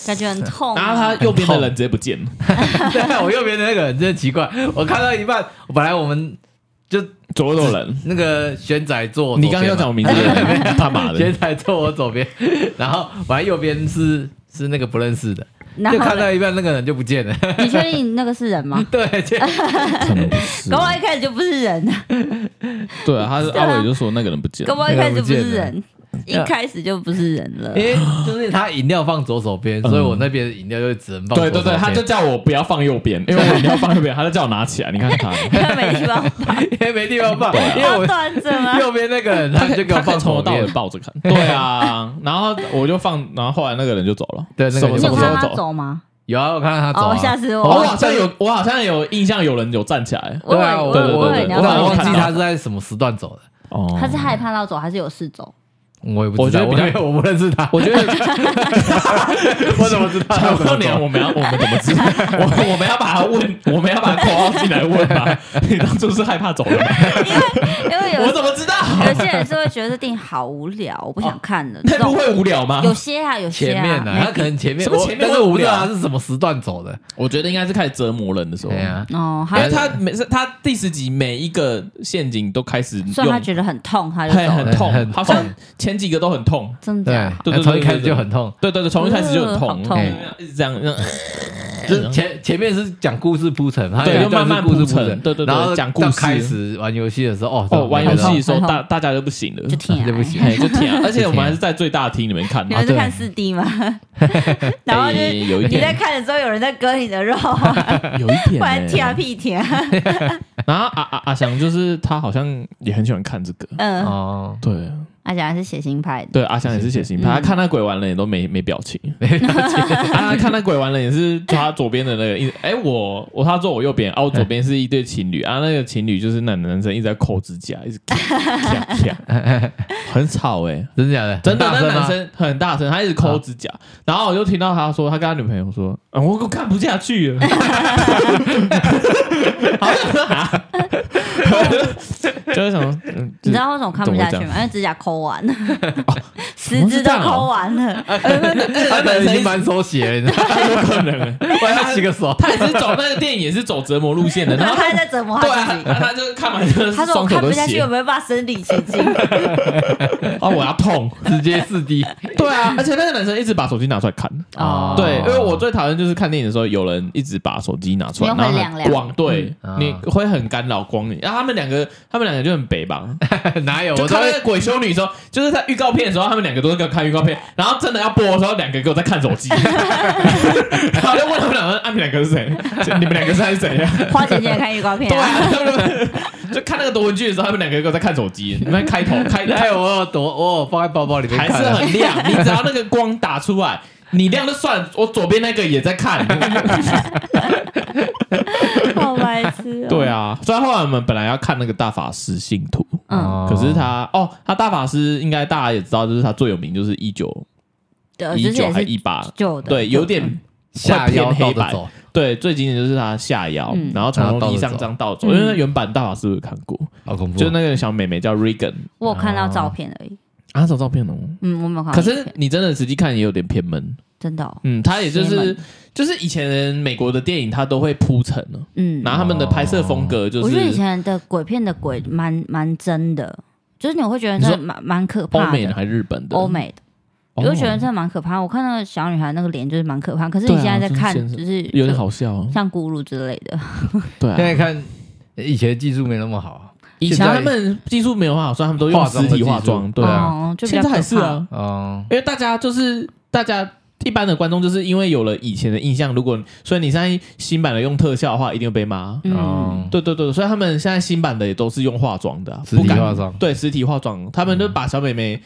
S3: 感觉很痛、啊
S1: 然后他右边的人直接不见了，
S2: 对，我右边的那个人真的奇怪，我看到一半，我本来我们就
S1: 左右人。
S2: 那个轩仔坐我左边嘛，
S1: 你刚刚要讲我名字，他妈
S2: 轩
S1: 的！
S2: 仔坐我左边， 然后本来右边是是那个不认识的，
S3: 然
S2: 就看
S3: 后
S2: 到一半那个人就不见了，
S3: 你确定那个是人吗？
S2: 对，就
S1: 可能不嗯是
S3: 搞不好一开始就不是人，
S1: 对啊，他是
S3: 对啊
S1: 阿伟就说那个人不见
S3: 搞
S1: 了，
S3: 不好一开始就不是人，一
S2: 见了
S3: 开始就不是人了。
S2: 因为就是他饮料放左手边，所以我那边的饮料就只能放
S1: 对
S2: 左手
S1: 对
S2: 边。
S1: 对，他就叫我不要放右边，因为我一定要放右边，他就叫我拿起来。你看他，
S3: 他没地方放，
S2: 因为没地方放，因为
S3: 他
S2: 我
S3: 端着吗？
S2: 右边那个人他
S1: 可以
S2: 就给我
S1: 啊他可以
S2: 放
S1: 从头
S2: 左
S1: 到
S2: 边
S1: 尾，抱着看。 对啊，然后我就放，然后后来那个人就走了。
S2: 对那个
S1: 什
S2: 人
S1: 么
S2: 就
S1: 什
S3: 你
S1: 么
S3: 有
S1: 时
S3: 看
S1: 候
S3: 他
S1: 走？
S3: 走吗？
S2: 有啊，我看到他走
S3: 哦，
S2: 啊。
S3: 下次
S1: 我好
S3: 我
S1: 像有，我好像有印象，有人有站起来。
S3: 我
S2: 对啊，
S3: 我
S2: 我
S1: 对对对
S3: 我以为你
S1: 对
S3: 要
S1: 对对
S2: 但我
S3: 放
S2: 忘
S1: 看
S2: 记
S1: 到
S2: 他是在什么时段走的，
S1: 哦，
S3: 他是害怕到走还是有事走？
S2: 我也不
S1: 我
S2: 知
S1: 觉
S2: 道，
S1: 得
S2: 我
S1: 比较
S2: 也我不认识他，
S1: 我觉得
S2: 我怎么知道他
S1: 小
S2: 怎么
S1: 过年
S2: 走？
S1: 啊我们要我们怎么知道？我我们要把他问，我们要把他口号进来问吗？ 你当初是害怕走了吗？
S3: 因为有
S1: 我怎么知道？
S3: 有些人是会觉得这电影好无聊，我不想看了。
S1: 太
S3: 这
S1: 哦不
S3: 种
S1: 会无聊吗？
S3: 有些啊，有些
S2: 前面呢？他可能前面，
S1: 什么
S2: 我
S1: 前面
S2: 但是
S1: 会
S2: 我不知道
S1: 无聊
S2: 他是什么时段走的。
S1: 我觉得应该是开始折磨人的时候。
S2: 对啊，
S3: 哦，
S1: 因为
S3: 他
S1: 他每次他第十集每一个陷阱都开始
S3: 虽然他
S1: 用，
S3: 觉得很痛，他就
S1: 很
S3: 走了，
S1: 很痛，
S2: 很
S1: 好像前几个都很痛。
S3: 真的
S2: 对
S3: 假的。，
S1: 对对对
S2: 他从一开始就很痛。
S1: 对对对，从一开始就很
S3: 嗯
S1: 痛，哎
S3: 好痛
S2: 哦
S1: 一直这样，这样
S2: 就是前前面是讲故事铺陈，他
S1: 对
S2: 有一段
S1: 就慢慢
S2: 是故事
S1: 铺陈
S2: 陈，
S1: 对对对
S2: 然后
S1: 讲故事
S2: 到开始玩游戏的时候，哦
S1: 哦，玩游戏的时候
S3: 很痛
S1: 大大家就不行了
S3: 就，舔
S2: 对不起
S1: 哎，就舔 啊。而且我们还是在最大厅里面看
S3: 你
S1: 嘛
S3: 们，是
S2: 对
S3: 看四 D 吗？然后就
S1: 哎有一
S3: 你在
S1: 点，
S3: 看的时候，有人在割你的肉， 不
S1: 有一点
S3: 然
S1: 欸，
S3: 舔屁啊舔。
S1: 然后阿阿阿翔就是他好像也很喜欢看这个，
S3: 嗯，
S2: 哦，
S1: 对
S3: 他讲的是血腥派的，
S1: 对，阿翔也是写信派，
S3: 嗯
S1: 他看那鬼完了也都没 没表情，啊，他看那鬼完了也是抓他左边的那个，一直哎我我他坐我右边，啊我左边是一对情侣，啊那个情侣就是那男生一直在抠指甲， 一直咔咔咔，很吵哎、
S2: 真的假的？
S1: 真的，
S2: 很
S1: 那
S2: 大声吗啊
S1: 男生很大声，他一直抠指甲，然后我就听到他说，他跟他女朋友说，啊、我我看不下去 了，好像啊，就是想说，嗯，
S3: 你知道为什么看不下去
S1: 怎么会
S3: 吗？因为指甲抠完了， 十
S1: 哦
S3: 指
S1: 是
S3: 都
S1: 这样哦
S3: 抠完了，
S2: 他本来已经蛮手血 了，你知道吗？
S1: 有可能欸，
S2: 不然他洗个手，
S1: 他也是走那个电影也是走折磨路线的，然
S3: 然
S1: 后
S3: 后他还
S1: 他
S3: 在折磨
S1: 啊对
S3: 他自
S1: 啊，
S3: 己。
S1: 他他就是看完就是
S3: 他说：“
S1: 双
S3: 我
S1: 手
S3: 看
S1: 都
S3: 不下去，
S1: 血
S3: 有，没有办法身临其 境？
S1: 啊我要 痛，
S2: 直接四 D
S1: 对啊，而且那个男生一直把手机拿出来看，
S2: 啊
S3: 哦
S1: 对，因为我最讨厌就是看电影的时候，有人一直把手机拿出来，
S3: 因为会
S1: 然后
S3: 亮
S1: 很
S3: 亮
S1: 光，对，
S2: 嗯
S1: 你会很干扰光影。然啊后他们两个，他们两个就很北吧，
S2: 哪有？
S1: 就
S2: 我都哎
S1: 看那
S2: 会
S1: 个鬼修女的时候，就是在预告片的时候，他们两个都在看预告 片，然后真的要播的时候，两个给我在看手机，然后就问他们两个，啊，你们两个是谁？ 你们两个是还是谁 呀？
S3: 花姐姐看预告片
S1: 对
S3: 啊，
S1: 啊，他们 就看那个夺魂剧的时候，他们两个给我在看手机，你们开 头开
S2: 哪有？我有躲，我有放在包包里面
S1: 还是
S2: 看啊，
S1: 很 亮，你只要那个光打出来，你亮就算，我左边那个也在看。
S3: 好白痴哦。
S1: 啊对啊，虽然后来我们本来要看那个大法师信徒，
S3: 嗯，
S2: 哦
S1: 可是他哦，他大法师应该大家也知道，就是他最有名就是一九
S3: 对，
S1: 一
S3: 呃之前
S1: 九
S3: 也
S1: 还
S3: 是
S1: 一八，
S3: 旧的，嗯
S1: 对，有点
S2: 下腰倒着走，
S1: 对，最经典就是他下腰
S3: 嗯，
S1: 然后从容易上张倒走，因
S3: 嗯
S1: 为那原版大法师我有看过，
S2: 好恐怖
S1: 就。那个小妹妹叫 Regan
S3: 我有看到照片而已。
S1: 啊，找照片哦。
S3: 嗯，我没有看到
S1: 可
S3: 影片。
S1: 是你真的实际看也有点偏闷，
S3: 真的、哦，
S1: 嗯，他也就
S3: 邪
S1: 是
S3: 门
S1: 就是以前美国的电影他都会铺陈了，
S3: 嗯，哦
S1: 然后他们的拍摄风格就
S3: 我觉得以
S1: 是
S3: 前的鬼片的鬼蛮蛮真的，就是你会觉得
S1: 你
S3: 这
S1: 说
S3: 蛮蛮可
S1: 欧
S3: 怕
S1: 美的哦
S3: 的，
S1: 还是日本的
S3: 欧美的，我就觉得这蛮可怕。我看那个小女孩那个脸就是蛮可怕，可是你
S1: 对啊
S3: 现在在看
S1: 就是现实
S3: 就是
S1: 有点好笑哦，
S3: 像咕噜之类的，
S1: 对啊
S2: 现，在看以前技术没那么好啊
S1: 以前他们技术没有很好，所以他们都用实体化妆，对啊，
S3: 哦，就比
S1: 现
S3: 较
S1: 在还是
S3: 可怕。
S1: 啊，
S2: 哦，
S1: 因为大家就是大家一般的观众，就是因为有了以前的印象，如果所以你现在新版的用特效的话，一定会被骂。
S3: 嗯，
S2: 嗯，
S1: 对对对，所以他们现在新版的也都是用化妆的啊、
S2: 实体
S1: 不敢
S2: 化妆嗯
S1: 对实体化妆，他们就把小美眉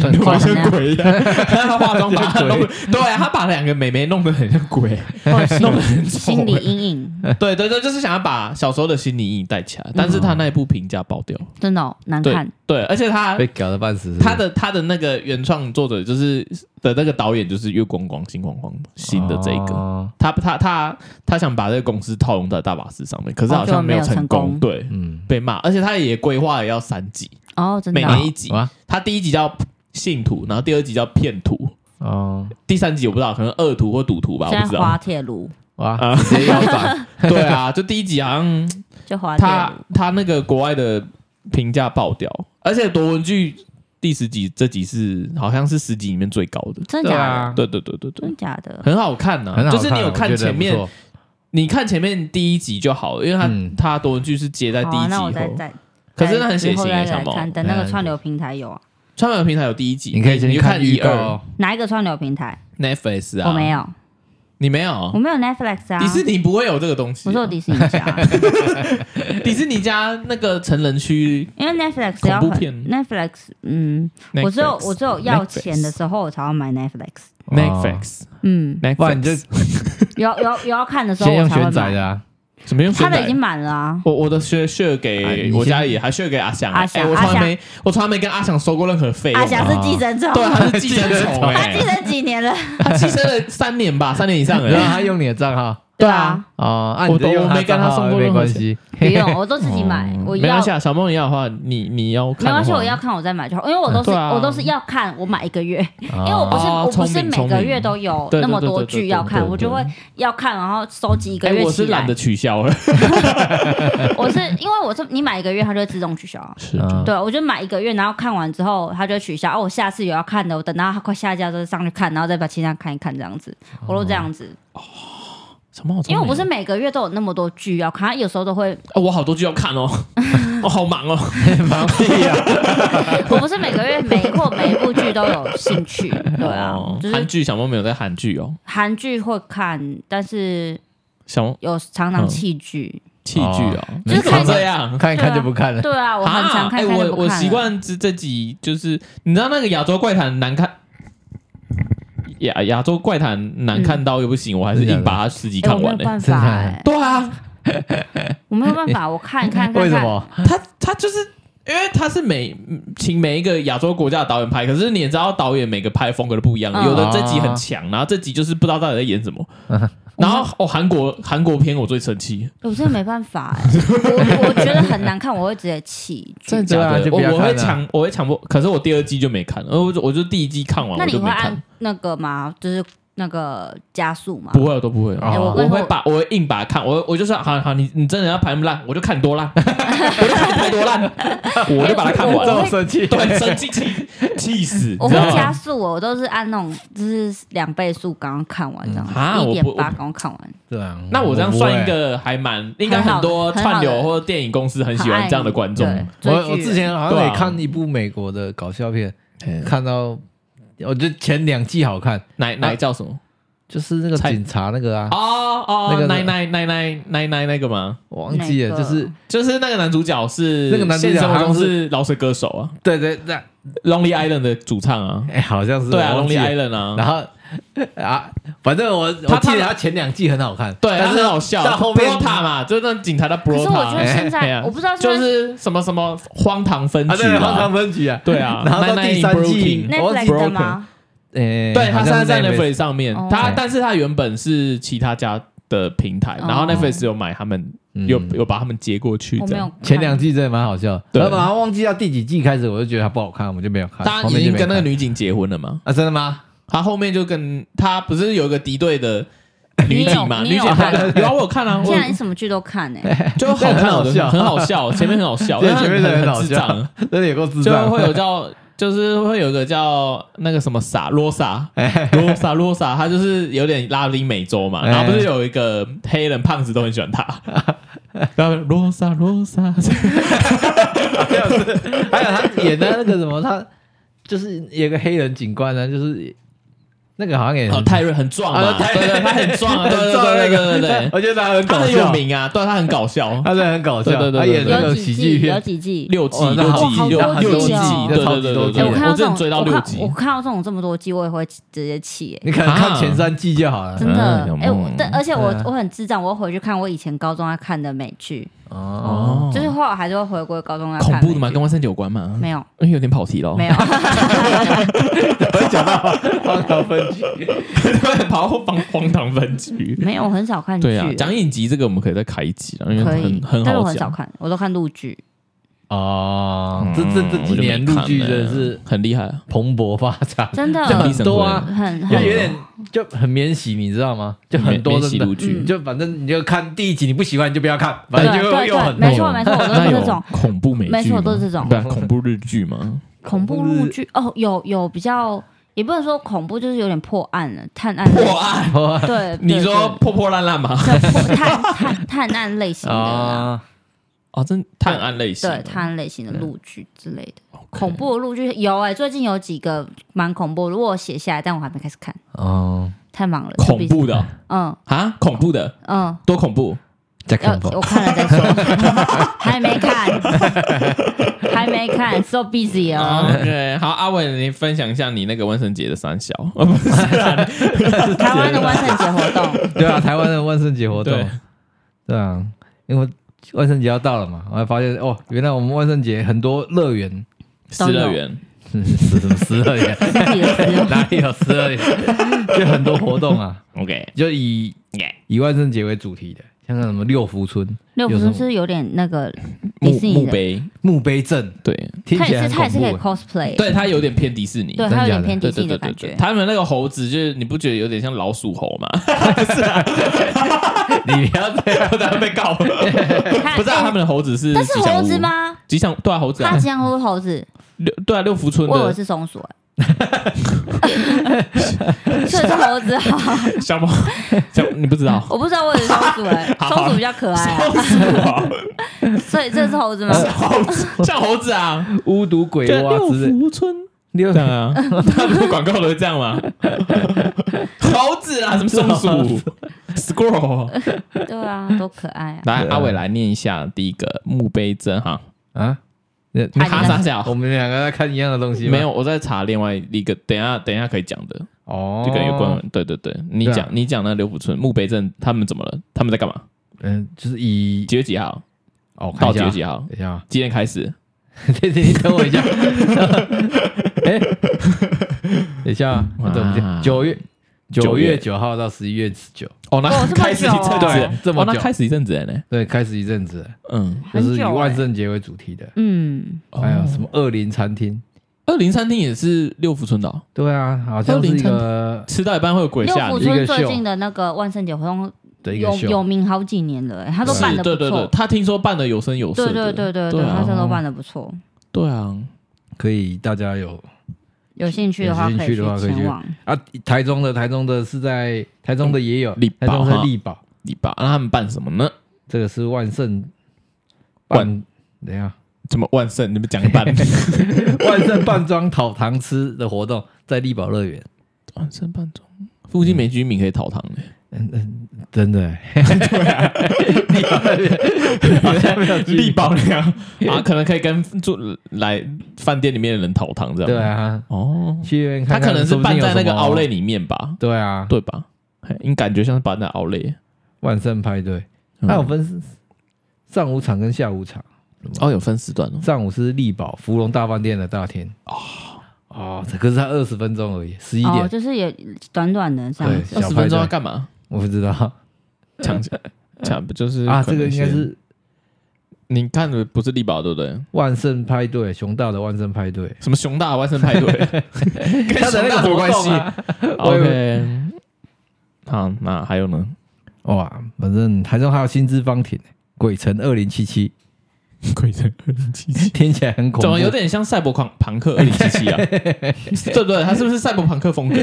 S2: 对
S1: 弄得
S3: 化成
S1: 像 鬼一样，他化妆把她
S2: 像鬼
S1: 弄，对啊，他把两个美眉弄得很像鬼，
S3: 或者
S1: 弄得很丑
S3: 心心理阴影，
S1: 对对对，就是想要把小时候的心理阴影带起来，但是他那一部评价爆掉，
S3: 真的、哦、难
S1: 对
S3: 看。
S1: 对，而且他
S2: 被搞得半死。
S1: 他的他的那个原创作者就是的那个导演就是月光光金光光新的这一个，
S2: 个，
S1: 他他他他想把这个公司套用在大法师上面，可是
S3: 哦
S1: 好像没有成
S3: 就没有
S1: 功，
S3: 成功
S1: 对，
S2: 嗯，
S1: 被骂，而且他也规划也要三集，
S3: 哦，真的
S1: 每
S3: 哦、
S1: 年一集，
S2: 啊，
S1: 他第一集叫信徒，然后第二集叫骗徒，
S2: 哦，
S1: 第三集我不知道，可能恶徒或赌徒吧，我
S3: 现在
S1: 不知
S3: 滑
S1: 道。
S3: 铁卢
S1: 啊
S2: 哇， 直接腰斩，
S1: 对啊，就第一集好像
S3: 就滑铁
S1: 他
S3: 卢，
S1: 他那个国外的评价爆掉，而且夺文剧第十集这集是好像是十集里面最高的。
S3: 真的假
S1: 对
S3: 的？
S1: 啊对对对对
S3: 真，的假的？
S1: 很好看呐、
S2: 很好看，
S1: 就是你有看
S2: 我觉得
S1: 前
S2: 不
S1: 面，
S2: 错
S1: 你看前面第一集就好了，因为他、
S2: 嗯
S1: 他夺文剧是接在第
S3: 好
S1: 一集
S3: 啊，
S1: 以
S3: 那
S1: 后。
S3: 我再再，
S1: 可是那很血
S3: 之后
S1: 腥
S3: 再
S1: 欸，
S3: 来
S1: 小猫。
S3: 看，等那个串流平台有啊，
S1: 川本平台有第一集，
S2: 你可以
S1: 你
S2: 先
S1: 就
S2: 看
S1: 一
S2: 预
S1: 二
S2: 告，
S3: 哪一个串流平台？
S1: Netflix 啊，
S3: 我没，有，
S1: 你没
S3: 我
S1: 有，
S3: 没有 Netflix 啊
S1: 迪，士尼不会有这个东西
S3: 我
S1: 啊。
S3: 说我迪士尼家，
S1: 迪士尼家那个成人区，
S3: 因为 Netflix 要
S1: 恐怖
S3: 很
S1: 片
S3: Netflix，嗯，我只有
S1: Netflix
S3: 我只有要钱的时候我才要买 Netflix，
S1: Netflix，
S3: 嗯，
S1: Netflix，
S2: 不哦然你就
S3: 有有有要看的 时候
S2: 先
S3: 我
S2: 用
S3: 才会
S2: 选仔
S3: 买，
S2: 的啊，
S1: 怎么用
S3: 他
S1: 选
S3: 的已
S1: 仔
S3: 经？满了啊，
S1: 我我的学 share
S2: 啊你
S1: 给
S2: 先
S1: 我家里，还 share 给阿翔欸。
S3: 阿翔
S1: 欸我从来
S3: 阿翔
S1: 没我从来没跟阿翔收过任何费用
S3: 阿
S1: 啊。
S3: 霞是寄生虫，
S1: 对，啊他是寄生
S2: 寄生
S1: 虫
S2: 虫
S3: 他
S1: 哎
S3: 寄，生几年了？
S1: 他寄生了三年 吧，三年以上
S2: 然后
S1: 了。
S2: 他用你的账号
S3: 对啊，
S2: 哦，啊，
S1: 我
S2: 你就
S1: 都
S2: 用
S1: 我没
S2: 他账
S1: 跟他
S2: 号
S1: 送过
S2: 没
S1: 任何
S2: 关
S1: 钱
S2: 系，
S3: 不 用，我都自己买，
S2: 哦
S3: 我
S1: 没
S3: 要
S1: 关系啊，小梦你要的话，你你要看的话
S3: 没关系，我要看我再买就好，因为我都是、
S1: 对啊
S3: 我都是要看，我买一个月，
S2: 因
S3: 因为我不是、
S1: 哦
S3: 我不是
S1: 聪明
S3: 每
S1: 聪
S3: 个
S1: 明
S3: 月都有
S1: 对对
S3: 那么
S1: 对
S3: 多
S1: 对对
S3: 剧要
S1: 对
S3: 看，
S1: 对
S3: 我就
S1: 对
S3: 会要看，然后收集一个
S1: 哎，
S3: 月
S1: 我
S3: 起
S1: 是
S3: 来。
S1: 懒得取消了。
S3: 我是因为我是你买一个月，它就会自动取消啊。
S1: 是
S2: 嗯
S3: 对，我就买一个月，然后看完之后它就会取消。哦，我下次有要看的，我等到它快下架之后上去看，然后再把其他看一看，这样子，
S1: 哦
S3: 我都这样子。
S1: 小梦，好聪
S3: 因为我
S1: 明
S3: 不是每个月都有那么多剧要看，它有时候都会，
S1: 哦，我好多剧要看 哦，我好忙哦。
S2: 啊
S3: 我不是每个月每一或每一部剧都有兴趣。对啊
S1: 哦，
S3: 就
S1: 韩
S3: 是
S1: 剧小梦没有在韩剧哦，
S3: 韩剧会看，但是
S1: 小梦
S3: 有常常
S1: 嗯
S3: 弃剧。
S1: 弃剧哦，
S3: 就是
S1: 怎么
S3: 看
S1: 这样。
S2: 看一看就不看了，
S3: 对啊，我很常看，
S1: 哎
S3: 看就
S1: 我
S3: 不
S1: 我
S3: 看
S1: 习
S3: 了。
S1: 惯这这集就是，你知道那个亚洲怪谈难看，亚亚洲怪谈难看到又不行，我还是硬把它十集
S3: 哎，我
S1: 看
S3: 没有
S1: 完嘞。
S3: 办法，哎
S2: 真
S1: 对啊，
S3: 我没有办法，我看看看看，
S2: 为什么？
S1: 他他就是因为他是每请每一个亚洲国家的导演拍，可是你也知道导演每个拍风格都不一样，
S3: 嗯
S1: 有的这集很强，然后这集就是不知道到底在演什么。
S2: 嗯
S1: 然后哦，韩国韩国片我最生气，
S3: 我真的没办法、 哎我我觉得很难看，我会直接弃剧。
S2: 对啊就
S1: 我
S2: 不要
S1: 我会
S2: 看了
S1: 强，我会强迫。可是我第二季就没看，呃，我就我就第一季看完
S3: 那
S1: 我
S3: 你
S1: 就
S3: 会
S1: 没看
S3: 按，那个吗？就是那个加速吗？
S1: 不会都不会。
S2: 哎
S3: 我
S1: 我
S3: 跟你说
S1: 会把我会硬把它看，我我就说好好，你你真的要排那么烂，我就看你多 烂，我就看你排多烂，我就把它看
S3: 我
S2: 这
S1: 完。
S2: 么生气，
S1: 对，生气气气死，
S3: 我
S1: 你知
S3: 会
S1: 道
S3: 加
S1: 吗？嗯
S3: 速哦，我都是按那种就是两倍速刚刚看完这样子，
S1: 嗯啊
S3: 一
S1: 我
S3: 点
S1: 不我
S3: 八刚刚看完，
S2: 对啊，
S1: 那我这样
S2: 不
S1: 算
S2: 会
S1: 一，个还蛮，应该很多
S3: 很好的
S1: 串
S3: 很
S1: 流
S3: 好的
S1: 或者电影公司很喜欢这样的观众。
S3: 对追剧
S2: 我我之前好
S1: 对
S2: 像
S1: 啊
S2: 也看一部美国的搞笑片，
S1: 嗯啊
S2: 看到我觉得前两季好看，
S1: 哪哪一叫什么？
S2: 就是那个
S1: 蔡
S2: 警察那个啊，
S1: 哦哦，
S2: 那个
S1: 奶奶奶奶奶奶那个吗？
S2: 我忘记了，
S3: 哪个
S2: 就是
S1: 就是那个男主角是
S2: 那个男主
S1: 现
S2: 角
S1: 实生活
S2: 好像
S1: 中
S2: 是
S1: 是饶舌歌手啊
S2: 对对对，
S1: ，Lonely Island 的主唱啊。
S2: 哎，好像是
S1: 对啊
S2: 我忘记
S1: ，Lonely
S2: 了
S1: Island 啊，
S2: 然后 啊，反正我我
S1: 他
S2: 记得
S1: 他
S2: 他前两季很好看，
S1: 对，
S2: 但
S1: 他
S2: 是
S1: 很好笑。
S2: 到后面
S1: Brota 嘛，就是那警察的
S3: 可是我觉
S1: Brota，
S3: 得现
S1: 哎呀
S3: 在我不知道现
S1: 就
S3: 在
S1: 是什么什么荒唐分
S2: 啊，
S1: 局
S2: 对，荒唐
S1: 啊，
S2: 分局啊，
S1: 对啊
S2: 然后到第三季
S1: Nine，
S3: Netflix
S2: 我忘记
S3: 的吗？
S2: 诶，
S1: 对，他
S2: 哎好
S1: 现
S2: 像
S1: 在在
S2: 是 Netflix
S1: Netflix 上面
S3: 哦，
S1: 他但是他原本是其他家的平台，然后
S3: 哦
S1: Netflix 有买他们，
S2: 嗯
S1: 有有把他们接过去
S3: 我
S1: 这
S3: 没
S1: 样
S3: 有。看
S2: 前两季真的蛮好笑，
S1: 对
S2: 然后马上忘记到第几季开始，我就觉得它不好看，我就没有看。
S1: 他
S2: 后
S1: 已
S2: 面就
S1: 经
S2: 没
S1: 跟那个
S2: 看
S1: 女警结婚了嘛？
S2: 啊，真的吗？
S1: 他后面就跟他不是有一个敌对的
S3: 你
S1: 女
S3: 有
S1: 警嘛？
S3: 你
S1: 女
S3: 有
S1: 警
S3: 看
S1: 有啊，我有看啊，我
S3: 现
S1: 有
S3: 在你什么剧都看哎、
S1: 就好看，
S2: 很好
S1: 我觉得
S2: 笑
S1: 很好笑，前面很好笑，
S2: 对
S1: 但是
S2: 前面真的很好
S1: 智
S2: 笑
S1: 障。
S2: 真的有够智
S1: 就
S2: 障，
S1: 会 有叫， 就是会有一个叫那个什么萨罗萨罗萨罗萨，他就是有点拉丁美洲嘛，
S2: 哎
S1: 然后不是有一个黑人胖子都很喜欢他， 然后罗萨罗萨，
S2: 还有他演的那个什么，他就是有个黑人警官
S1: 啊
S2: 呢，就是那个好像也
S1: 哦，
S2: 很
S1: 泰瑞很壮嘛
S2: 啊，泰
S1: 对对，他很壮啊，对对
S2: 很壮
S1: 对对
S2: 那
S1: 对
S2: 个，
S1: 对对，
S2: 我觉得他 很
S1: 他
S2: 搞
S1: 很有
S2: 笑，
S1: 名啊，对他很搞笑，
S2: 他真的很搞笑，
S1: 对对对对
S2: 他演
S1: 对
S2: 那
S3: 有
S2: 个
S3: 几
S2: 喜
S3: 季
S2: 剧
S3: 有
S2: 片，
S3: 几季。
S1: 六集
S2: 哦那
S1: 六
S2: 好
S1: 集
S3: 哇好
S1: 六六
S3: 多
S1: 集
S3: 集哦，
S1: 对
S2: 那超
S1: 对
S2: 级
S1: 对
S2: 多
S1: 对
S2: 集
S1: 对，
S3: 哎我看到
S1: 真
S3: 这
S1: 的
S3: 种
S1: 追到
S3: 我
S1: 六
S3: 看
S1: 集
S3: 我，看到这种这么多季，我也会直接弃、哎
S2: 你可能看
S1: 啊
S2: 前三季就好了
S3: 真的
S1: 嗯，
S3: 哎、我
S1: 嗯
S3: 但而且我、
S2: 对啊
S3: 我很智障，我回去看我以前高中在看的美剧，
S1: 啊
S2: 哦。
S3: 就是后来还是会回归高中在看
S1: 恐
S3: 美剧。
S1: 怖的吗？跟万圣节有关吗？
S3: 没有
S1: 哎，有点跑题了，
S3: 没有，
S2: 我讲到荒唐分局，
S1: 对，跑到荒荒唐分 局。
S3: 没有，我很少看剧。啊
S1: 对啊，讲影集这个我们可以再开一集了，因为
S3: 可以
S1: 很，很
S3: 但是我
S1: 好
S3: 很少
S1: 讲。
S3: 看，我都看陆剧。
S2: 哦，
S1: 嗯
S2: 这这这几
S1: 我就没
S2: 年陆
S1: 看
S2: 剧真的
S1: 了
S2: 是
S1: 很厉害啊，
S2: 蓬勃发展，
S3: 真的
S2: 就很多啊，
S3: 很
S2: 就
S3: 很
S2: 有点
S3: 嗯
S2: 就很免洗，你知道吗？就很多
S1: 免免洗
S2: 真的
S1: 录取
S2: 嗯就反正你就看第一集，你不喜欢你就不要看，反
S3: 对
S2: 正就
S3: 对
S2: 又
S3: 对，
S2: 很多
S3: 嗯没错没错，我都
S1: 那
S3: 是
S1: 有
S3: 这种
S1: 恐怖美剧吗，
S3: 没错都是这种
S1: 对啊，恐怖日剧嘛，
S3: 恐怖录剧哦，有有比较也不能说恐怖，就是有点破案了，探案类
S1: 破案，
S2: 哇
S3: 对，对
S1: 你说破破烂烂吗？
S3: 对对破探探探案类型的啦，
S2: 啊，
S1: 哦，真探案类型的，
S3: 对探案类型的录剧之类的，
S1: OK
S3: 恐怖的录剧有哎，最近有几个蛮恐怖的，如果我写下来，但我还没开始看，
S2: 哦，
S3: 太忙了，这
S1: 恐
S3: 比
S1: 怖的哦
S3: 嗯
S1: 啊，恐怖的
S3: 嗯。
S1: 多恐怖？
S2: 加恐
S3: 要
S2: 怖
S3: 我看了再说，还没看，还没看，so busy
S1: 啊
S3: 哦。
S1: OK，好，阿伟，你分享一下你那个万圣节的三小，哦不是啊
S3: 呃台湾的万圣节活动，
S2: 对啊，台湾的万圣节活动
S1: 对，
S2: 对啊，因为万圣节要到了嘛，我还发现哦，原来我们万圣节很多乐园，
S1: 失乐园，
S2: 是是什么私乐园？
S3: 自己的私 人
S2: 哪里有私乐园？ 就很多活动啊，
S1: OK，
S2: 就以以万圣节为主题的，像什么六福村、
S3: 六福
S2: 有什
S3: 村
S2: 么
S3: 是有点那个迪
S1: 墓
S3: 士尼
S1: 墓
S3: 的，
S1: 碑，
S2: 墓碑镇，
S1: 对
S2: 听
S3: 它
S2: 起
S3: 也
S2: 来
S3: 是
S2: 很
S3: 它也是可以
S2: 恐怖欸。
S3: cosplay，
S1: 对，它有点偏迪士尼，
S3: 对，
S2: 真
S3: 它有
S2: 假
S3: 点
S2: 的
S3: 偏迪
S1: 对
S3: 士
S1: 对
S3: 尼
S1: 对
S3: 的
S1: 对
S3: 感
S1: 对，
S3: 觉。
S1: 他们那个猴子就是你不觉得有点像老鼠猴 吗？啊
S2: 你不要这样，
S1: 不然被告， 不
S3: 不
S1: 是啊，他们的猴子是
S3: 哎但是
S1: 吉祥
S3: 猴
S1: 物
S3: 子？吗？
S1: 吉祥对啊，猴子啊
S3: 它，吉祥物是猴子，
S1: 六对啊，六福村
S3: 我以为
S1: 的
S3: 是松鼠欸， 所以是猴子啊，，
S1: 小猫，小你不知道
S3: 我不知道我以为是松鼠哎，
S1: 好
S3: 松鼠比较可爱啊，
S1: 猴子啊，
S3: 所以这是猴子吗？
S1: 猴子像猴子啊，
S2: 巫毒鬼
S1: 对，啊
S2: 蛙
S1: 六
S2: 之类。
S1: 福村。
S2: 六
S1: 这样啊，他们的广告都是这样吗？猴子啊，什么松 鼠，squirrel。
S3: 对啊，多可爱 啊！
S1: 来，阿伟来念一下第一个墓碑针哈，
S2: 啊，那
S3: 啊
S1: 哈
S3: 你
S1: 傻
S3: 们
S1: 小
S2: 我们两个在看一样的东西吗
S1: 没有，我在查另外一个，等一下等一下可以讲的，
S2: 哦，
S1: 这个有关。对对对，你
S2: 对啊
S1: 讲你讲那刘府村墓碑镇他们怎么了？他们在干嘛？
S2: 嗯，就是以
S1: 几月几号？
S2: 哦，看
S1: 到
S2: 一
S1: 几
S2: 下
S1: 月几号？
S2: 等一下 啊，
S1: 几点开始？
S2: 等你等我一下。 哎，等一下啊，我等一
S1: 哇
S2: 下，九月
S1: 九
S2: 九
S1: 月
S2: 月九号到十一月十九，
S1: 哦，
S3: 哦
S1: 那
S3: 这么
S1: 开始一阵
S3: 久哦
S1: 子
S2: 对，这么
S1: 哦那
S2: 久
S1: 开始一阵子了呢。
S2: 对，开始一阵子了，
S1: 嗯，
S2: 就
S3: 很久
S2: 是以
S3: 欸
S2: 万圣节为主题的，
S3: 嗯，
S2: 还有什
S1: 哎么？
S2: 么恶灵餐厅。
S1: 二零餐厅也是六福村的哦，
S2: 对啊，好像是一个
S1: 吃到一半会有鬼
S3: 六
S1: 吓
S3: 福
S1: 你。
S2: 一
S3: 村
S2: 个
S3: 最
S2: 秀
S3: 近的那个万圣节活动
S2: 的一个
S3: 有有
S2: 秀，
S3: 名好几年了欸，他都
S1: 是
S3: 办的
S1: 对
S3: 不
S1: 对对
S3: 错，，
S1: 他听说办的有声有色
S3: 对
S1: 的。
S3: 对对对
S1: 对
S3: 对，
S1: 啊
S3: 他真的办的不错。
S1: 对啊，
S2: 可以大家有
S3: 有兴趣的话
S2: 有兴
S3: 可以
S2: 趣
S3: 去
S2: 的话可以
S3: 前
S2: 去
S3: 往。
S2: 啊，台中的台中的是在台中的也有
S1: 力宝
S2: 台中
S1: 哈
S2: 的力宝，
S1: 你把那他们办什么呢？
S2: 这个是万圣
S1: 万
S2: 半怎样？
S1: 怎么万圣？你们讲一半
S2: 万圣扮装讨糖吃的活动在力宝乐园，
S1: 万圣扮装，附近没居民可以讨糖的。嗯
S2: 真 的欸、
S1: 力宝粮啊，可能可以跟住来饭店里面的人讨糖这样。
S2: 对，啊，
S1: 哦，
S2: 去医院
S1: 他
S2: 看看
S1: 可能是
S2: 说不定
S1: 办
S2: 有
S1: 在那个
S2: 什么
S1: 奥类，里面吧，
S2: 对啊，
S1: 对吧？嘿你感觉像是办在奥类。
S2: 万圣派对，
S1: 嗯
S2: 它有分上午场跟下午场，
S1: 哦，有分时段哦。
S2: 上午是力宝芙蓉大饭店的大厅哦哦，这可是它二十分钟而已，十一点、
S3: 哦，就是也短短的这样子
S1: 二
S2: 对。小
S1: 十
S2: 派
S1: 分钟要干嘛？
S2: 我不知道
S1: 抢抢不就是
S2: 啊，
S1: 可能
S2: 这个应该
S1: 先
S2: 是
S1: 你看的不是力宝对不对？
S2: 万圣派对，熊大的万圣派对，
S1: 什么熊大万圣派 对，跟
S2: 它的
S1: 熊
S2: 那
S1: 大什么
S2: 个活
S1: 关系
S2: 动啊 我以
S1: ？OK，好，那还有呢？
S2: 哇，反正台中还有新之方艇、鬼城二零 七七，
S1: 鬼城二零七七，
S2: 听起来很恐
S1: 怎
S2: 怖
S1: 么，有点像赛博朋朋克二零七七啊？对不对？它是不是赛博朋克风格？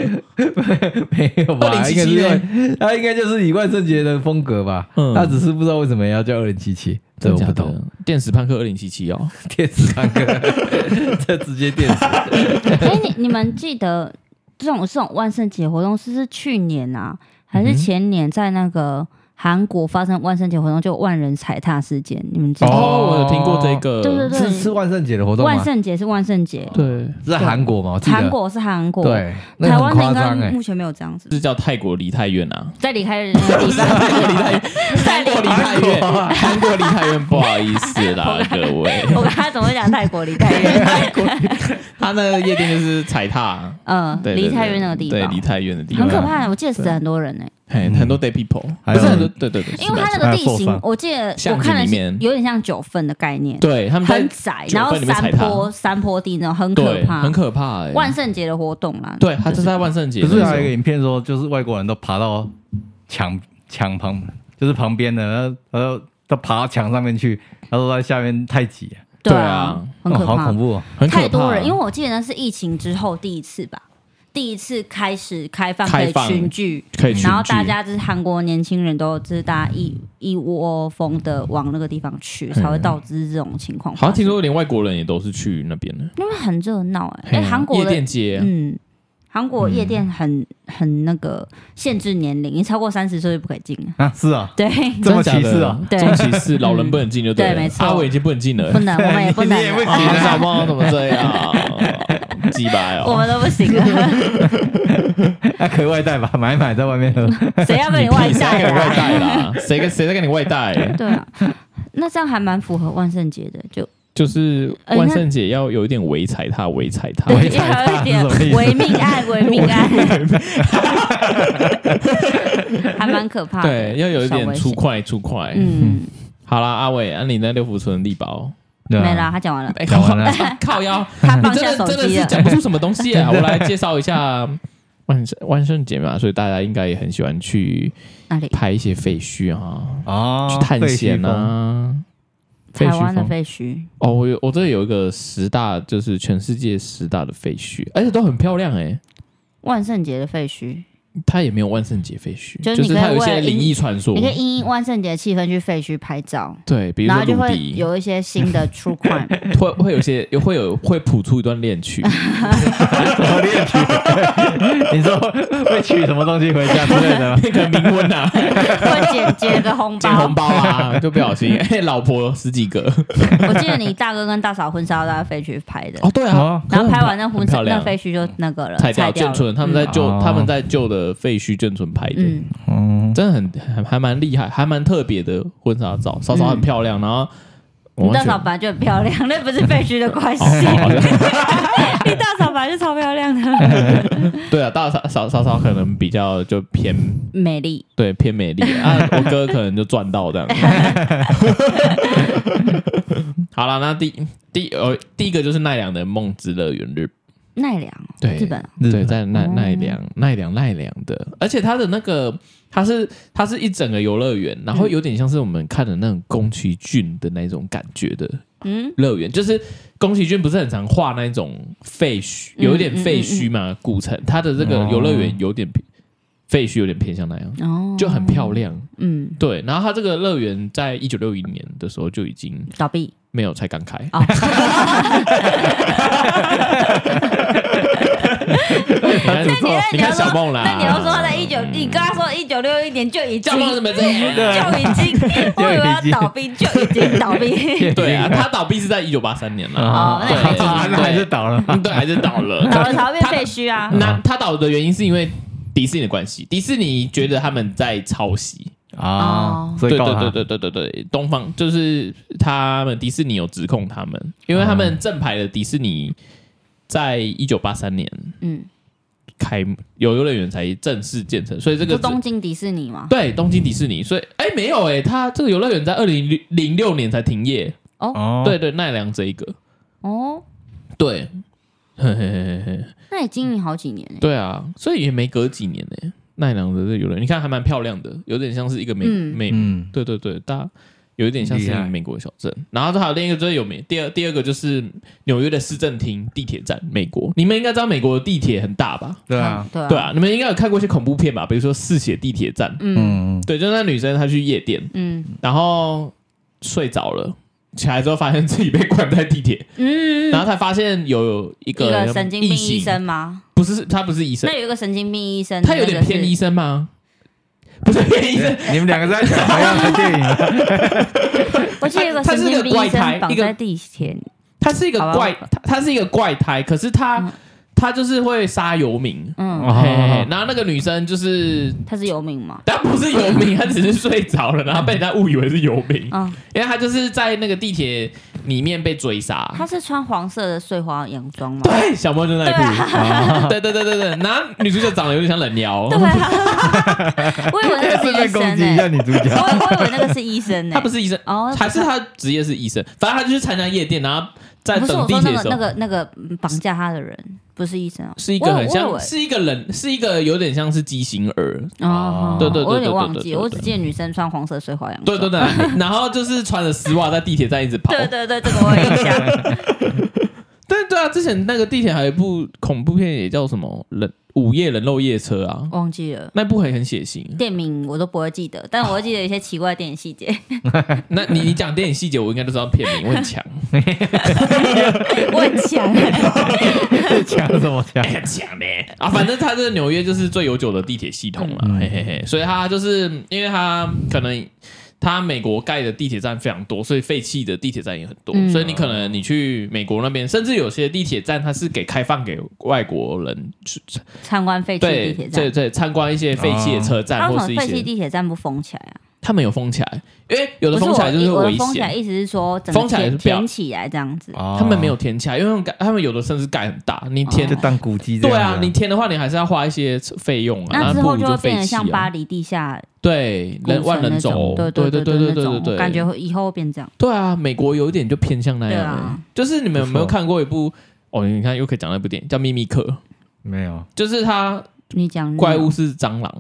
S2: 没有吧？
S1: 2077
S2: 应该是因为它应该就是以万圣节的风格吧，
S1: 嗯
S2: 它只是不知道为什么要叫二零七七，这我
S1: 真
S2: 不
S1: 假的
S2: 懂，。
S1: 电死朋克二零七七哦，
S2: 电死三 个，这直接电死，
S3: 哎，你你们记得这种这种万圣节活动是不是去年啊，还
S1: 嗯
S3: 是前年在那个韩国发生万圣节活动就万人踩踏事件？你们记得？
S1: 哦，我有听过这个，
S3: 对对对
S2: 是是万圣节的活动
S3: 万
S2: 吗？
S3: 圣节是万圣节，
S1: 对
S2: 是在韩国吗？我记得
S3: 韩国是韩国，
S2: 对，那
S3: 台
S2: 个
S3: 湾
S2: 很
S3: 的
S2: 夸
S3: 应
S1: 欸
S3: 该
S2: 张哎
S3: 目，前没有这样子。
S1: 是叫泰国梨泰院啊，
S3: 再离开那个地方， 再
S1: 泰
S3: 离
S1: 国梨
S3: 开。
S1: 泰院，韩国梨泰院，不好意思啦，各位，
S3: 我刚才怎么会讲泰国离太远？
S1: 他那个夜店就是踩踏，
S3: 嗯，
S1: 对，对
S3: 离太
S1: 对
S3: 远那个地
S1: 对，离
S3: 方
S1: 太院的地方，
S3: 很可怕，我记得死很多人呢。欸
S1: 嘿，很多 day people，
S2: 还
S1: 不
S2: 有
S1: 是很多对对对，
S3: 因为它那
S1: 是
S3: 个地
S4: 它受
S3: 形
S4: 伤，
S3: 我记得我
S1: 巷子
S3: 看了
S1: 里
S3: 是
S1: 面
S3: 有点像九份的概念，
S1: 对他们在
S3: 很窄，
S1: 九
S3: 然后
S1: 份里面
S3: 山
S1: 踩
S3: 坡
S1: 踏，
S3: 山坡地那种很可
S1: 对，
S3: 怕，
S1: 很可怕哎。
S3: 万圣节的活动啊啦，
S1: 对，他就在万圣节
S2: 欸
S4: 可
S1: 的时候，
S2: 啊
S4: 是还有一个影片说，就是外国人都爬到墙墙旁，就是旁边的，然后然后都爬到墙上面去，他说在下面太挤了，
S3: 对
S1: 对啊，
S3: 很可
S4: 哦好
S3: 怕，
S4: 恐怖哦。
S1: 很可怕啊
S3: 太多人，因为我记得那是疫情之后第一次吧，第一次开始开放可
S1: 开
S3: 以
S1: 放
S3: 群聚，
S1: 可以群聚
S3: 然后大家就是韩国年轻人都就是大家一一窝蜂的往那个地方去，才会导致这种情况。
S1: 好像听，说连外国人也都是去那边的，
S3: 因为很热闹哎，
S1: 嘿
S3: 哎，
S1: 啊
S3: 韩国
S1: 夜
S3: 的
S1: 店嗯街啊，
S3: 嗯。韩国夜店很很那个限制年龄，你超过三十岁就不可以进了。
S4: 啊，是啊，
S3: 对，
S4: 这么
S1: 真
S4: 歧
S1: 的假
S4: 视
S1: 的
S4: 啊？
S3: 对
S1: 这么歧视，老人不能进就了
S3: 对没错
S1: 阿伟已经不能进了
S3: 不。能，我们也不能
S4: 你也不
S3: 了，
S4: 行
S1: 啊
S4: 啊
S1: 小朋友怎么这样？鸡巴
S3: 我
S1: 哦！
S3: 们都不行啊 了。
S4: 那可以外带吧，买一买在外面 喝。
S3: 谁要被你外
S1: 谁
S3: 带
S1: 给你外
S3: 啊？
S1: 带啦？谁 跟谁在跟你外带？
S3: 对啊，那这样还蛮符合万圣节的，就
S1: 就是
S3: 哎那
S1: 万圣节要有一点微踩踏，微踩踏。
S4: 微
S3: 对，要有一
S4: 踩踏是什么意
S3: 点
S4: 思
S3: 唯命案，唯命 案，还蛮可怕的，
S1: 对，要有一
S3: 小
S1: 点
S3: 危
S1: 粗
S3: 险。
S1: 快粗快。
S3: 嗯，
S1: 好啦，阿伟，啊，你那六福村力宝，
S4: 对啊
S3: 没啦，，他讲完了，
S1: 哎，
S4: 讲完 了
S1: 靠靠腰，
S3: 他
S1: 你
S3: 放下
S1: 真
S3: 手
S1: 的真的
S3: 机
S1: 是
S3: 了。
S1: 讲不出什么东西 啊！我来介绍一下万圣万圣节嘛，所以大家应该也很喜欢去
S3: 哪里？
S1: 拍一些废墟啊，
S4: 哦，
S1: 去探
S4: 废
S1: 险
S4: 墟风，
S1: 啊。废
S3: 台
S1: 墟
S3: 湾的
S1: 风
S3: 废墟，
S1: 哦，我有我这里有一个十大，就是全世界十大的废墟，而且都很漂亮哎、
S3: 万圣节的废墟，
S1: 它也没有万圣节废墟，
S3: 就是
S1: 就
S3: 你
S1: 是
S3: 可以
S1: 它有一
S3: 为
S1: 些
S3: 了
S1: 灵异传说
S3: 你，可以因应万圣节的气氛去废墟拍照，
S1: 对，比如
S3: 然
S1: 说
S3: 后就
S1: 陆
S3: 会
S1: 地，
S3: 有一些新的 true crime。
S1: 会会有一些会有会谱出一段恋 曲，
S4: 我练曲，你说 会取什么东西回家之类 的吗？
S1: 那个冥婚啊，
S3: 会捡捡个红
S1: 捡
S3: 包
S1: 红。包啊，就不小心哎、老婆十几个
S3: 我记得你大哥跟大嫂婚纱都在废墟拍的，
S1: 哦，对啊
S4: 哦，
S1: 可
S3: 然
S1: 是
S3: 后
S1: 很
S3: 拍
S1: 漂
S3: 完那婚
S1: 很
S3: 纱
S1: 漂
S3: 那
S1: 亮，
S3: 废墟就那个了，
S1: 拆
S3: 拆
S1: 掉嗯
S3: 掉
S1: 眷
S3: 了。
S1: 村，他们在旧
S4: 哦
S1: 他们在旧的废墟眷村拍的，
S3: 嗯，
S4: 嗯，
S1: 真的很还还蛮厉害，还蛮特别的婚纱照，嫂嫂很
S3: 嗯
S1: 漂亮，然后我
S3: 你
S1: 完
S3: 大
S1: 全
S3: 嫂本来就很漂亮， 那不是废墟的关系。
S1: 哦 好像
S3: 你大嫂本来就超漂亮 的，
S1: 对啊，大嫂嫂嫂嫂可能比较就偏
S3: 美丽。
S1: 对偏美丽啊，我哥可能就赚到这样。 好了，那第第呃第一个就是奈良的梦之乐园日，
S3: 奈良哦，
S1: 对
S3: 日本哦
S4: 日
S1: 对，
S4: 本
S1: 在奈
S3: 哦
S1: 奈良奈良奈良的，而且它的那个它是它是一整个游乐园，
S3: 嗯
S1: 然后有点像是我们看的那种宫崎骏的那种感觉的
S3: 嗯，
S1: 乐园，就是宫崎骏不是很常画那种废墟，
S3: 嗯
S1: 有一点废墟嘛，古城，它的这个游乐园有点偏废墟，有点偏向那样，
S3: 哦，
S1: 就很漂亮。
S3: 嗯，
S1: 对，然后它这个乐园在一九六一年的时候就已经
S3: 倒闭
S1: 没有才刚开，
S3: 哦，
S1: 你看
S3: 你那
S1: 你
S3: 你要
S1: 看
S3: 说
S1: 小梦啦，
S3: 那你要说他在一九，你刚刚说一九六一年就已经
S1: 小梦怎
S3: 就
S1: 么这样？
S3: 已经， 我以为要倒闭就已经倒 闭，
S1: 对啊，它倒闭是在一九八三年了，
S3: 哦
S4: 啊
S3: 那
S1: 对
S4: 啊那还是倒了。
S1: 嗯对，还是倒 了，
S3: 倒了才会变废墟啊。
S1: 那它倒的原因是因为迪士尼的关系，迪士尼觉得他们在抄袭，
S3: 哦
S4: 啊，所以
S1: 对
S4: 告
S1: 对
S4: 他
S1: 对对对对对，东方就是他们迪士尼有指控他们，因为他们正牌的迪士尼在一九八三年
S3: 嗯，
S1: 开有游乐园才正式建成，所以这
S3: 就
S1: 个
S3: 东京迪士尼嘛。
S1: 对东京迪士尼，所以哎没有哎，它这个游乐园在二零零六年才停业，
S4: 哦，
S1: 对对奈良这一个
S3: 哦，
S1: 对。嘿嘿嘿嘿嘿，
S3: 那也经营好几年欸
S1: 对啊，所以也没隔几年呢、欸奈良的这个游乐园，你看还蛮漂亮的，有点像是一个美、
S3: 嗯
S1: 美
S4: 嗯，
S1: 对对对，大有一点像
S4: 厉
S1: 是
S4: 害
S1: 美国小镇。然后还有另一个就是有美，第二第二个就是纽约的市政厅地铁站，美国。你们应该知道美国的地铁很大吧？
S4: 对啊，，
S3: 对
S1: 对，啊，你们应该有看过一些恐怖片吧？比如说《嗜血地铁站》，
S3: 嗯
S4: 嗯，
S1: 对，就是那女生她去夜店，
S3: 嗯
S1: 然后睡着了。起来之后发现自己被关在地铁，
S3: 嗯，
S1: 然后才发现有一
S3: 一
S1: 个
S3: 个神经病
S1: 异形
S3: 医，生吗？
S1: 不是他不是医生
S3: 那，有一个神经病医生，
S1: 他有点偏医
S3: 医，
S1: 生吗？不是偏医生，
S4: 你们两个在讲同样的电影，
S3: 我记得有个
S1: 他
S3: 神
S1: 是
S3: 经
S1: 个
S3: 病医
S1: 怪胎
S3: 生绑
S1: 一个
S3: 在地铁
S1: 他是一个
S3: 好吧
S1: 怪，他他是一个怪胎，可是他、
S3: 嗯
S1: 他就是会杀游民，
S3: 嗯，
S2: 啊
S1: 嘿嘿嘿
S4: 哦
S1: 然后那个女生就是，
S3: 他是游民嘛？
S1: 她不是游民，她只是睡着了，然后被人家误以为是游民，
S3: 嗯
S1: 因为她就是在那个地铁里面被追杀。
S3: 他是穿黄色的碎花洋装 吗？
S1: 对，小猫就那一部， 啊对对对对对，然后女主角长得有点像冷妖，
S3: 对啊，我以为那个
S4: 顺
S3: 是
S4: 便
S3: 医
S4: 攻击
S3: 生欸
S4: 一下
S3: 呢，
S4: 女主角。
S3: 我我以为那个是医生呢，
S1: 她不是医生，
S3: 哦，
S1: 还是她职业是医生，反正她就是参加夜店，然后在
S3: 不是
S1: 等
S3: 我
S1: 地
S3: 说
S1: 铁
S3: 那
S1: 的时
S3: 个那
S1: 候，
S3: 个那个嗯绑架他的人不是医生哦，
S1: 是一个很
S3: 我我
S1: 像，
S3: 以为
S1: 是一个冷，是一个有点像是畸形儿，
S3: 哦，
S1: 对对对对
S3: 我有点忘
S1: 对对
S3: 记，
S1: 对
S3: 我只记得女生穿黄色碎花洋装，
S1: 对对对，然后就是穿着丝袜在地铁站一直跑，
S3: 对对对，这个我有印象，
S1: 但对啊，之前那个地铁还有一部恐怖片，也叫什么人午夜人肉夜车啊，
S3: 忘记了。
S1: 那部也很血腥。
S3: 店名我都不会记得，但我会记得一些奇怪的电影细节。
S1: 那你你讲电影细节，我应该都知道片名，我很强，
S3: 我很强，
S4: 抢什么抢？
S1: 很强的啊！反正它这纽约就是最悠久的地铁系统了，
S4: 嗯
S1: 嘿嘿嘿。所以它就是因为它可能它美国盖的地铁站非常多，所以废弃的地铁站也很多，
S3: 嗯
S1: 所以你可能你去美国那边，甚至有些地铁站它是给开放给外国人去
S3: 参观废弃
S1: 对
S3: 地铁
S1: 对
S3: 站，哦
S1: 对参观一些废弃的车
S3: 他
S1: 站
S3: 为
S1: 或
S3: 什
S1: 是
S3: 么
S1: 一
S3: 废
S1: 些
S3: 弃地铁站不封起来啊？
S1: 他们有封起来，因为有的
S3: 不
S1: 封
S3: 是
S1: 起来就是
S3: 我的
S1: 危
S3: 封起来，
S1: 险，
S3: 意思是说整个
S1: 封起来是
S3: 填
S1: 不要哦
S3: 填起来这样子。
S1: 他
S4: 他
S1: 们没有填起来，因为他们盖他们有的甚至盖很大，你
S4: 哦
S1: 填
S3: 哦
S4: 就当古迹这
S1: 对
S4: 样子。
S1: 啊，你填的话你还是要花一些费用啊，
S3: 那之
S1: 然不
S3: 后
S1: 如
S3: 就
S1: 就
S3: 会
S1: 废
S3: 变得
S1: 弃
S3: 像巴
S1: 啊。
S3: 黎地下
S1: 对，
S3: 古
S1: 人
S3: 城
S1: 万人
S3: 那
S1: 走
S3: 种，，对
S1: 对
S3: 对
S1: 对
S3: 对
S1: 对
S3: 那
S1: 对
S3: 种
S1: 对，
S3: 感觉会以后会变这样。
S1: 对啊，美国有一点就偏向那
S3: 对
S1: 样欸
S3: 啊，
S1: 就是你们有没
S4: 不
S1: 有
S4: 错
S1: 看过一部？哦，你看又可以讲那部电影叫《秘密课》，
S4: 没有
S1: 就是它
S3: 你讲
S1: 怪物，是蟑螂，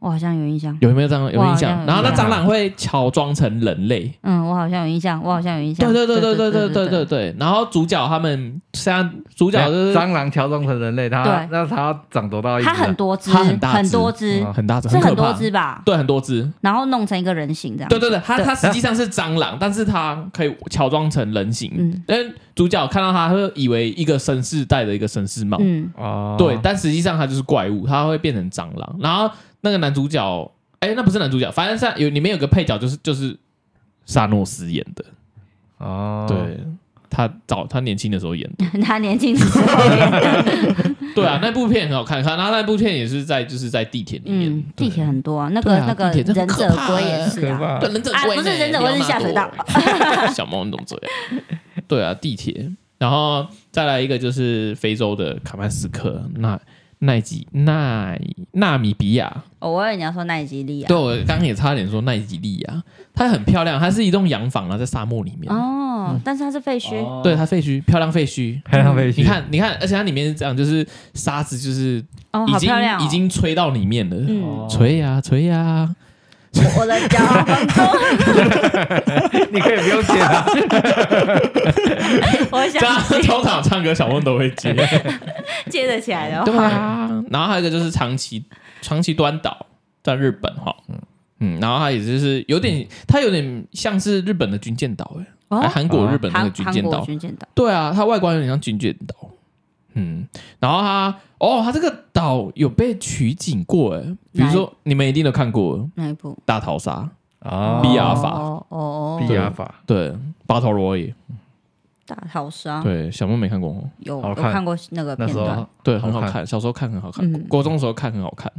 S3: 我好像有印象，
S1: 有没有蟑螂有
S3: 哇
S1: 印
S3: 好
S1: 象？
S3: 像有
S1: 然后那
S4: 印
S1: 蟑
S4: 象
S1: 螂会乔装成人类，
S3: 嗯，我好像有印象，我好像有印象。
S1: 对对对对对对对
S3: 对，
S1: 对。然后主角他们现在主角就是
S4: 蟑螂乔装成人类，它
S3: 对
S4: 那它长多大一只
S3: 它
S4: 啊？
S3: 很多只，
S1: 它很大只啊
S3: 多只，
S4: 嗯
S1: 很大只，
S3: 是
S1: 可
S3: 很
S1: 怕
S3: 多，只吧？
S1: 对，很多只。
S3: 然后弄成一个人形这样。
S1: 对对对，它
S3: 对
S1: 它实际上是蟑螂，但是它可以乔装成人形。
S3: 嗯
S1: 因为主角看到它，他会以为一个绅士戴着一个绅士帽，
S3: 嗯，
S4: 哦，
S1: 对，但实际上它就是怪物，它会变成蟑螂。然后那个男主角，哎，那不是男主角，反正是有里面有个配角，就是就是沙诺斯演的，
S4: 哦，
S1: 对。他早他年轻的时候演的，
S3: 他年轻的时候演的，
S1: 对啊，那部片很好看，看，然后那部片也是在就是在地铁里面
S3: 嗯，，地铁很多啊，那个
S1: 对啊
S3: 那个
S1: 地铁真的
S3: 忍
S1: 很可
S3: 者
S1: 怕
S3: 龟
S1: 欸
S3: 也是
S4: 可
S3: 啊，
S4: 怕。
S1: 对，忍者
S3: 啊
S1: 龟
S3: 不是
S1: 呢
S3: 忍者
S1: 不要
S3: 龟是
S1: 骂
S3: 下
S1: 我
S3: 水道
S1: 小猫你怎么这样？对啊，地铁，然后再来一个就是非洲的卡曼斯克那。奈及奈纳米比亚，
S3: 哦我以为你要说奈及利亚啊
S1: 对。我刚刚也差点说奈及利亚，啊它很漂亮，它是一栋洋房啊，在沙漠里面，
S3: 哦，
S1: 嗯
S3: 但是它是废墟，
S4: 哦
S1: 对，它废墟，漂亮废墟，
S4: 还浪费
S1: 你看，你看，而且它里面是这样，就是沙子就是
S3: 哦，
S1: 已
S3: 好
S1: 经、
S3: 漂亮哦，
S1: 已经吹到里面了，
S4: 哦
S3: 嗯，
S1: 吹呀、吹啊呀、
S3: 我的骄傲放 纵，
S4: 你可以不用剪啊，
S3: 我
S1: 这样
S3: 想
S1: 通常唱歌小梦都会 接，
S3: 啊接得起来的哦。
S1: 对啊，然后还有一个就是长期长期端岛在日本哈，嗯，然后它也就是有点，它有点像是日本的军舰岛哎，哎
S3: 哦，
S1: 韩国
S4: 哦
S1: 日本那个
S3: 韩
S1: 军
S3: 韩
S1: 舰
S3: 国
S1: 岛，
S3: 军舰岛，
S1: 对啊，它外观有点像军舰岛，嗯，然后它哦，它这个岛有被取景过哎，比如说你们一定都看过《
S3: 那一部
S1: 大逃杀
S4: 啊
S1: 比亚法
S3: 哦哦哦，
S4: 比亚法》，
S1: 对，《巴头罗耶
S3: 大逃》，杀
S1: 对，小梦没看过哦，
S3: 有
S4: 好
S3: 有
S4: 看
S3: 看过那个
S4: 那
S3: 片
S4: 时
S3: 段
S4: 候，
S1: 对，很好
S4: 好看
S1: 看，小时候看很好看，
S3: 嗯
S1: 国中的时候看很好看，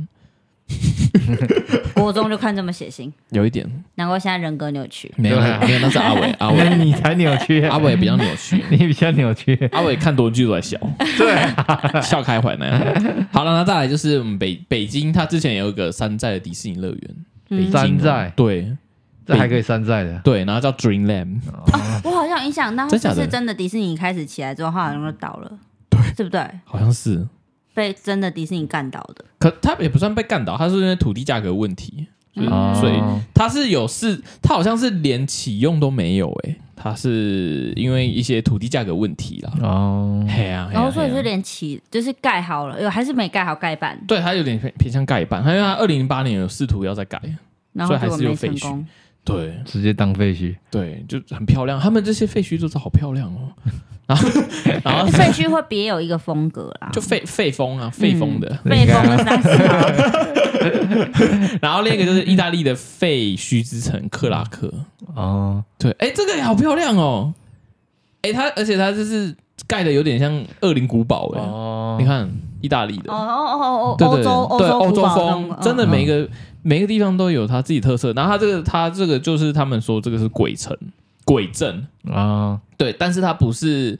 S3: 国中就看这么血腥，
S1: 有一点
S3: 难怪现在人格扭曲。
S1: 没有
S4: 对啊
S1: 没有，那是阿伟，阿伟
S4: 那你才扭曲，
S1: 阿伟比较扭曲。
S4: 你比较扭曲，
S1: 阿伟看多剧都在笑，
S4: 对，
S1: 笑开怀那样。好了，那再来就是我们北北京，它之前有一个山寨的迪士尼乐园，北京哦
S3: 嗯
S4: 山寨
S1: 对
S4: 这还可以山寨的，
S1: 对，然后叫 Dreamland，
S3: 我好像有印象，那
S1: 真
S3: 是
S1: 假
S3: 不
S1: 的
S3: 是真的迪士尼开始起来之后，它好像就倒了，对，对不对？
S1: 好像是，
S3: 被真的迪士尼干倒的，
S1: 可它也不算被干倒，它是因为土地价格问题，就是
S3: 嗯
S1: 所以它是有是，它好像是连启用都没有诶、它是因为一些土地价格问题啦。
S4: 哦，
S2: 嗯
S1: 嘿呀、嘿呀
S3: 然后所以
S1: 哎嘿呀
S3: 就连起就是盖好了，有还是没盖好盖板，
S1: 对它有点偏偏向盖板，它因为它二零零八年有试图要再改，
S3: 然
S1: 所
S3: 后
S1: 以还
S3: 结果
S1: 是有
S3: 没
S1: 废
S3: 成
S1: 墟
S3: 功。
S1: 对，
S4: 直接当废墟，
S1: 对，就很漂亮。他们这些废墟做的好漂亮哦，然后然后
S3: 哎废墟会别有一个风格啦，
S1: 就废废风啊，废风的。
S3: 被封了 三十号。
S1: 然后另一个就是意大利的废墟之城克拉克，
S4: 哦，
S1: 对，哎，这个也好漂亮哦，哎，它而且它就是盖的有点像恶灵古堡哎，
S4: 哦
S1: 你，看意大利
S3: 哦
S1: 的，
S3: 哦哦哦，
S1: 对
S3: 欧
S1: 对
S3: 洲欧
S1: 对
S3: 洲
S1: 欧
S3: 古
S1: 洲
S3: 堡
S1: 风
S3: 那种，
S1: 真的
S3: 嗯
S1: 每一个每一个地方都有它自己特色。然后它这个它这个就是他们说这个是鬼城，鬼镇，
S4: 啊，
S1: 对，但是它不是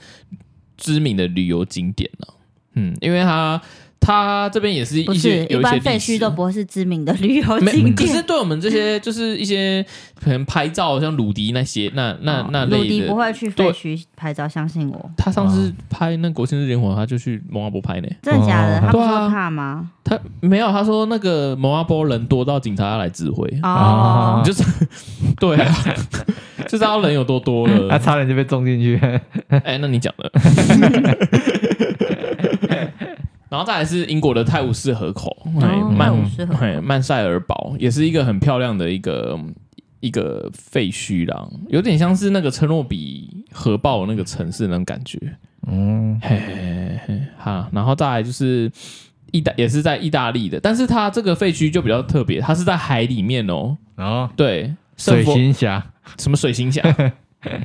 S1: 知名的旅游景点了、嗯，因为它它这边也是
S3: 不
S1: 一些
S3: 是一
S1: 有一些
S3: 般废
S1: 历
S3: 墟
S1: 史
S3: 都不会是知名的旅游
S1: 没，
S3: 景
S1: 可是
S3: 点。
S1: 对我们这些就是一些可能拍照，像鲁迪那些那那那
S3: 哦鲁
S1: 类
S3: 迪不
S1: 的。
S3: 会去废墟拍照，相信我，
S1: 他上次拍那国庆日烟火，他就去蒙阿波拍呢。
S3: 真的假的？
S4: 哦
S3: 他不
S1: 对啊
S3: 说怕吗？
S1: 他没有，他说那个蒙阿波人多到警察要来指挥，
S3: 哦
S4: 呃
S1: 你，就是对啊， 就知道人有多多
S4: 他
S3: 啊
S1: 了。
S4: 差点就被撞进去。
S1: 哎，那你讲的。然后再来是英国的泰晤士河口，哎
S3: 哦
S1: 曼
S3: 泰晤士河口
S1: 哎曼塞尔堡也是一个很漂亮的一个嗯一个废墟啦，有点像是那个车诺比核爆那个城市那种感觉。
S4: 嗯，
S1: 嘿嘿嘿嘿，哈，然后再来就是意大，也是在意大利的，但是它这个废墟就比较特别，它是在海里面哦。
S4: 然后
S1: 对，圣
S4: 水
S1: 佛
S4: 行侠
S1: 什么水行侠？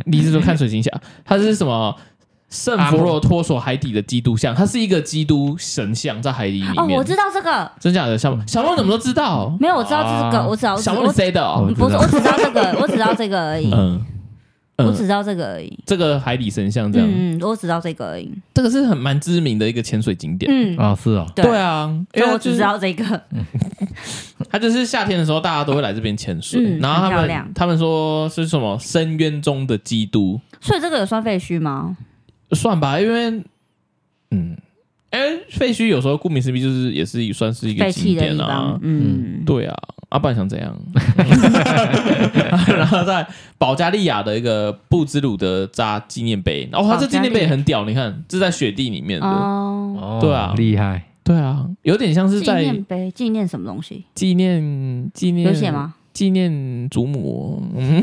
S1: 你是说看水行侠？它是什么？圣
S4: 阿
S1: 弗
S4: 波
S1: 洛托索海底的基督像，它是一个基督神像在海里里面。
S3: 哦，我知道这个，
S1: 真假的？小梦小梦怎么都知道？
S3: 没有，我知道这
S4: 啊
S3: 个，我只要
S1: 小梦
S3: 我
S1: 你谁的哦？
S4: 我
S3: 不是，我只知道这个，我只知道这个而已，
S1: 嗯
S3: 我
S1: 嗯
S3: 只，知道这个而已。
S1: 这个海底神像这样，
S3: 嗯，嗯我只知道这个而已。
S1: 这个是很蛮知名的一个潜水景点。
S3: 嗯，
S4: 啊，是哦，
S1: 对，啊，因
S3: 所
S1: 为它
S3: 以
S1: 就
S3: 我只
S1: 是嗯
S3: 知道这个。
S1: 它就是夏天的时候，大家都会来这边潜水。
S3: 嗯
S1: 然后他
S3: 很漂
S1: 们
S3: 亮
S1: 他们说是什么深渊中的基督，
S3: 所以这个有算废墟吗？
S1: 算吧，因为嗯，哎、废墟有时候顾名思义就是也是算是一个
S3: 废
S1: 景
S3: 弃的
S1: 点
S3: 地
S1: 啊
S3: 方。，嗯，
S1: 对啊，阿爸想怎 样？ 然后在保加利亚的一个布兹鲁德扎纪念碑，哦，它这纪念碑也很屌，你看，这在雪地里面的，
S3: 哦，
S4: 哦
S1: 对啊
S4: 厉害，
S1: 对啊，有点像是
S3: 纪
S1: 在
S3: 念碑纪念什么东西？
S1: 纪念纪念
S3: 有写吗？
S1: 纪念祖 母，嗯，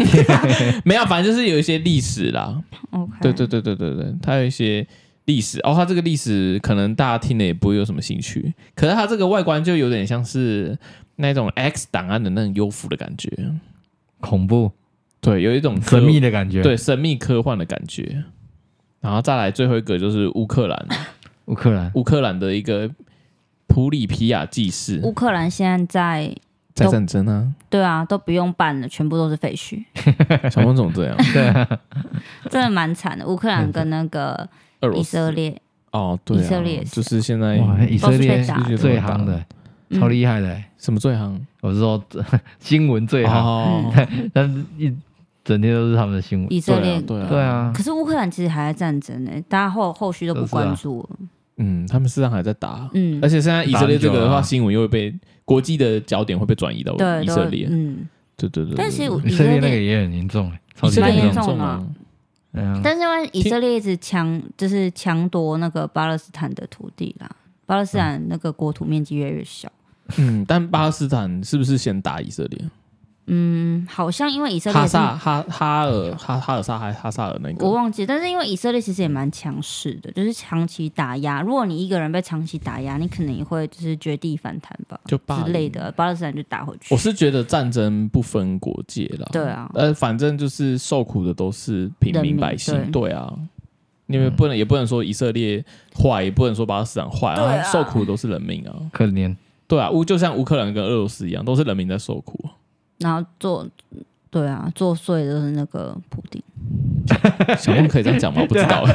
S1: 没有，反正就是有一些历史啦。
S3: ？OK，
S1: 对对对对对对，它有一些历史哦，它这个历史可能大家听了也不会有什么兴趣，可是它这个外观就有点像是那种 X 档案的那种幽浮的感觉，
S4: 恐怖
S1: 对，有一种科
S4: 神秘的感觉。
S1: 对，神秘科幻的感觉。然后再来最后一个就是乌克 兰，
S4: 乌克兰
S1: 乌克兰的一个普里皮亚祭祀
S3: 乌克兰现在在
S1: 在战争啊，
S3: 对啊，都不用办了，全部都是废墟，
S1: 小梦总这样，
S3: 真的蛮惨的。乌克兰跟那个
S1: 俄罗
S3: 以
S1: 斯
S3: 色列，
S1: 哦，对、啊，
S3: 以色列也是
S1: 就是现在
S4: 哇，以色列
S3: 都是
S1: 被打
S4: 最夯的，
S3: 嗯
S4: 超厉害的。
S1: 什么最行？
S4: 我是说 新闻最夯，嗯
S1: 哦，
S4: 但是一整天都是他们的新闻。
S3: 以色列
S1: 对啊，
S4: 对，啊，
S3: 可是乌克兰其实还在战争呢、大家后后续都不
S4: 都是啊
S3: 关注了。
S1: 嗯，他们事实上还在打，
S3: 嗯
S1: 而，且现在以色列这个
S4: 打
S1: 的
S4: 很久
S1: 话，
S4: 啊
S1: 新闻又会被国际的焦点会被转移到
S3: 对，
S1: 以
S3: 都
S1: 色列，
S3: 嗯，
S1: 对对对对
S3: 但是
S1: 对
S3: 以
S4: 以色
S3: 色
S4: 列那个
S3: 列，
S4: 也很严重，欸超
S1: 以
S4: 级
S1: 色列
S3: 蛮
S1: 很
S3: 严
S1: 严
S3: 重
S1: 重
S3: 的
S1: 啊，
S4: 嗯，
S3: 但是因为以
S1: 听
S3: 色列一直强，就是强夺那个巴勒斯坦的土地啦，巴勒斯坦那个国土面积越来越小。
S1: 嗯，但巴勒斯坦是不是先打以色列？
S3: 嗯，好像因为以色列
S1: 哈
S3: 是
S1: 萨哈哈尔哈哈尔萨还哈萨尔那
S3: 我
S1: 个，
S3: 忘记，但是因为以色列其实也蛮强势的，就是长期打压。如果你一个人被长期打压，你可能也会就是绝地反弹吧
S1: 就霸凌
S3: 之类的，巴勒斯坦就打回去
S1: 我。是觉得战争不分国界啦，
S3: 对啊
S1: 呃，反正就是受苦的都是平
S3: 人
S1: 民
S3: 民
S1: 百姓，
S3: 对
S1: 对啊。因为不能，也不能说以色列坏，也不能说巴勒斯坦坏，
S3: 对啊
S1: 然后受苦的都是人民啊。
S4: 可怜。
S1: 对啊，乌就像乌克兰跟俄罗斯一样，都是人民在受 苦。
S3: 然后做，对啊，作祟的就是那个普丁，
S1: 小梦可以这样讲吗？我不知
S3: 啊
S1: 道。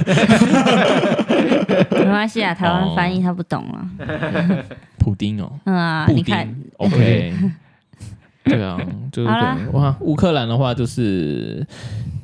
S3: 没关系啊，台
S1: 哦
S3: 湾翻译他不懂啊。
S1: 普丁哦，
S3: 嗯啊，
S1: 布
S3: 你看，
S1: 丁，OK。对啊，就是
S3: 好
S1: 可
S3: 啦
S1: 能哇，乌克兰的话就是，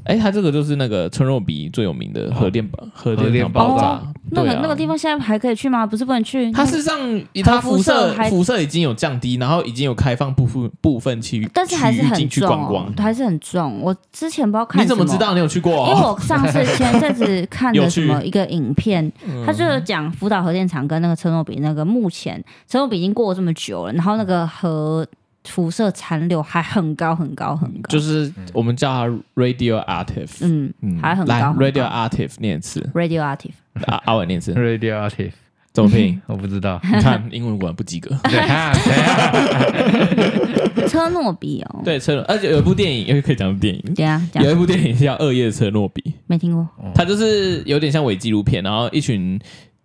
S1: 哎，它这个就是那个村肉比最有名的核电吧核
S4: 核
S1: 电
S4: 电
S1: 厂爆
S3: 爆
S1: 炸
S3: 炸，哦那
S1: 对
S3: 个
S1: 啊
S3: 那个地方现在还可以去吗？不是不能去，
S1: 它事实上，它辐射
S3: 嗯核辐射还
S1: 辐射已经有降低，然后已经有开放部分部分区域，
S3: 但是还是
S1: 区域
S3: 很
S1: 进去
S3: 重、
S1: 逛
S3: 哦
S1: 光，。
S3: 还是很重。我之前不知道看
S1: 你怎
S3: 么
S1: 么知？道？你有去过
S3: 因
S1: 哦？
S3: 为我上次前阵子看
S1: 有
S3: 了什
S1: 趣
S3: 么一个影片，他就有讲福岛核电厂跟那个车诺比那个，目前车诺比已经过了这么久了，然后那个核辐射残留还很高很高很高，
S1: 就是我们叫它 radioactive，
S3: 嗯，还很高
S1: 来
S3: 很高
S1: radioactive 念一次，
S3: radioactive
S1: 阿阿伟念一次，
S4: Radioactive，
S1: 怎么 拼？
S4: 我不知 道。啊
S1: 你看英文果然不及格。
S4: 等一下等一下
S3: 车诺比哦，
S1: 对，车诺，而且有一部电影，又可以讲电影。
S3: 对啊，这
S1: 有一
S3: 样
S1: 部电影叫《恶夜车诺比》，
S3: 没听过，
S1: 它就是有点像伪纪录片，然后一群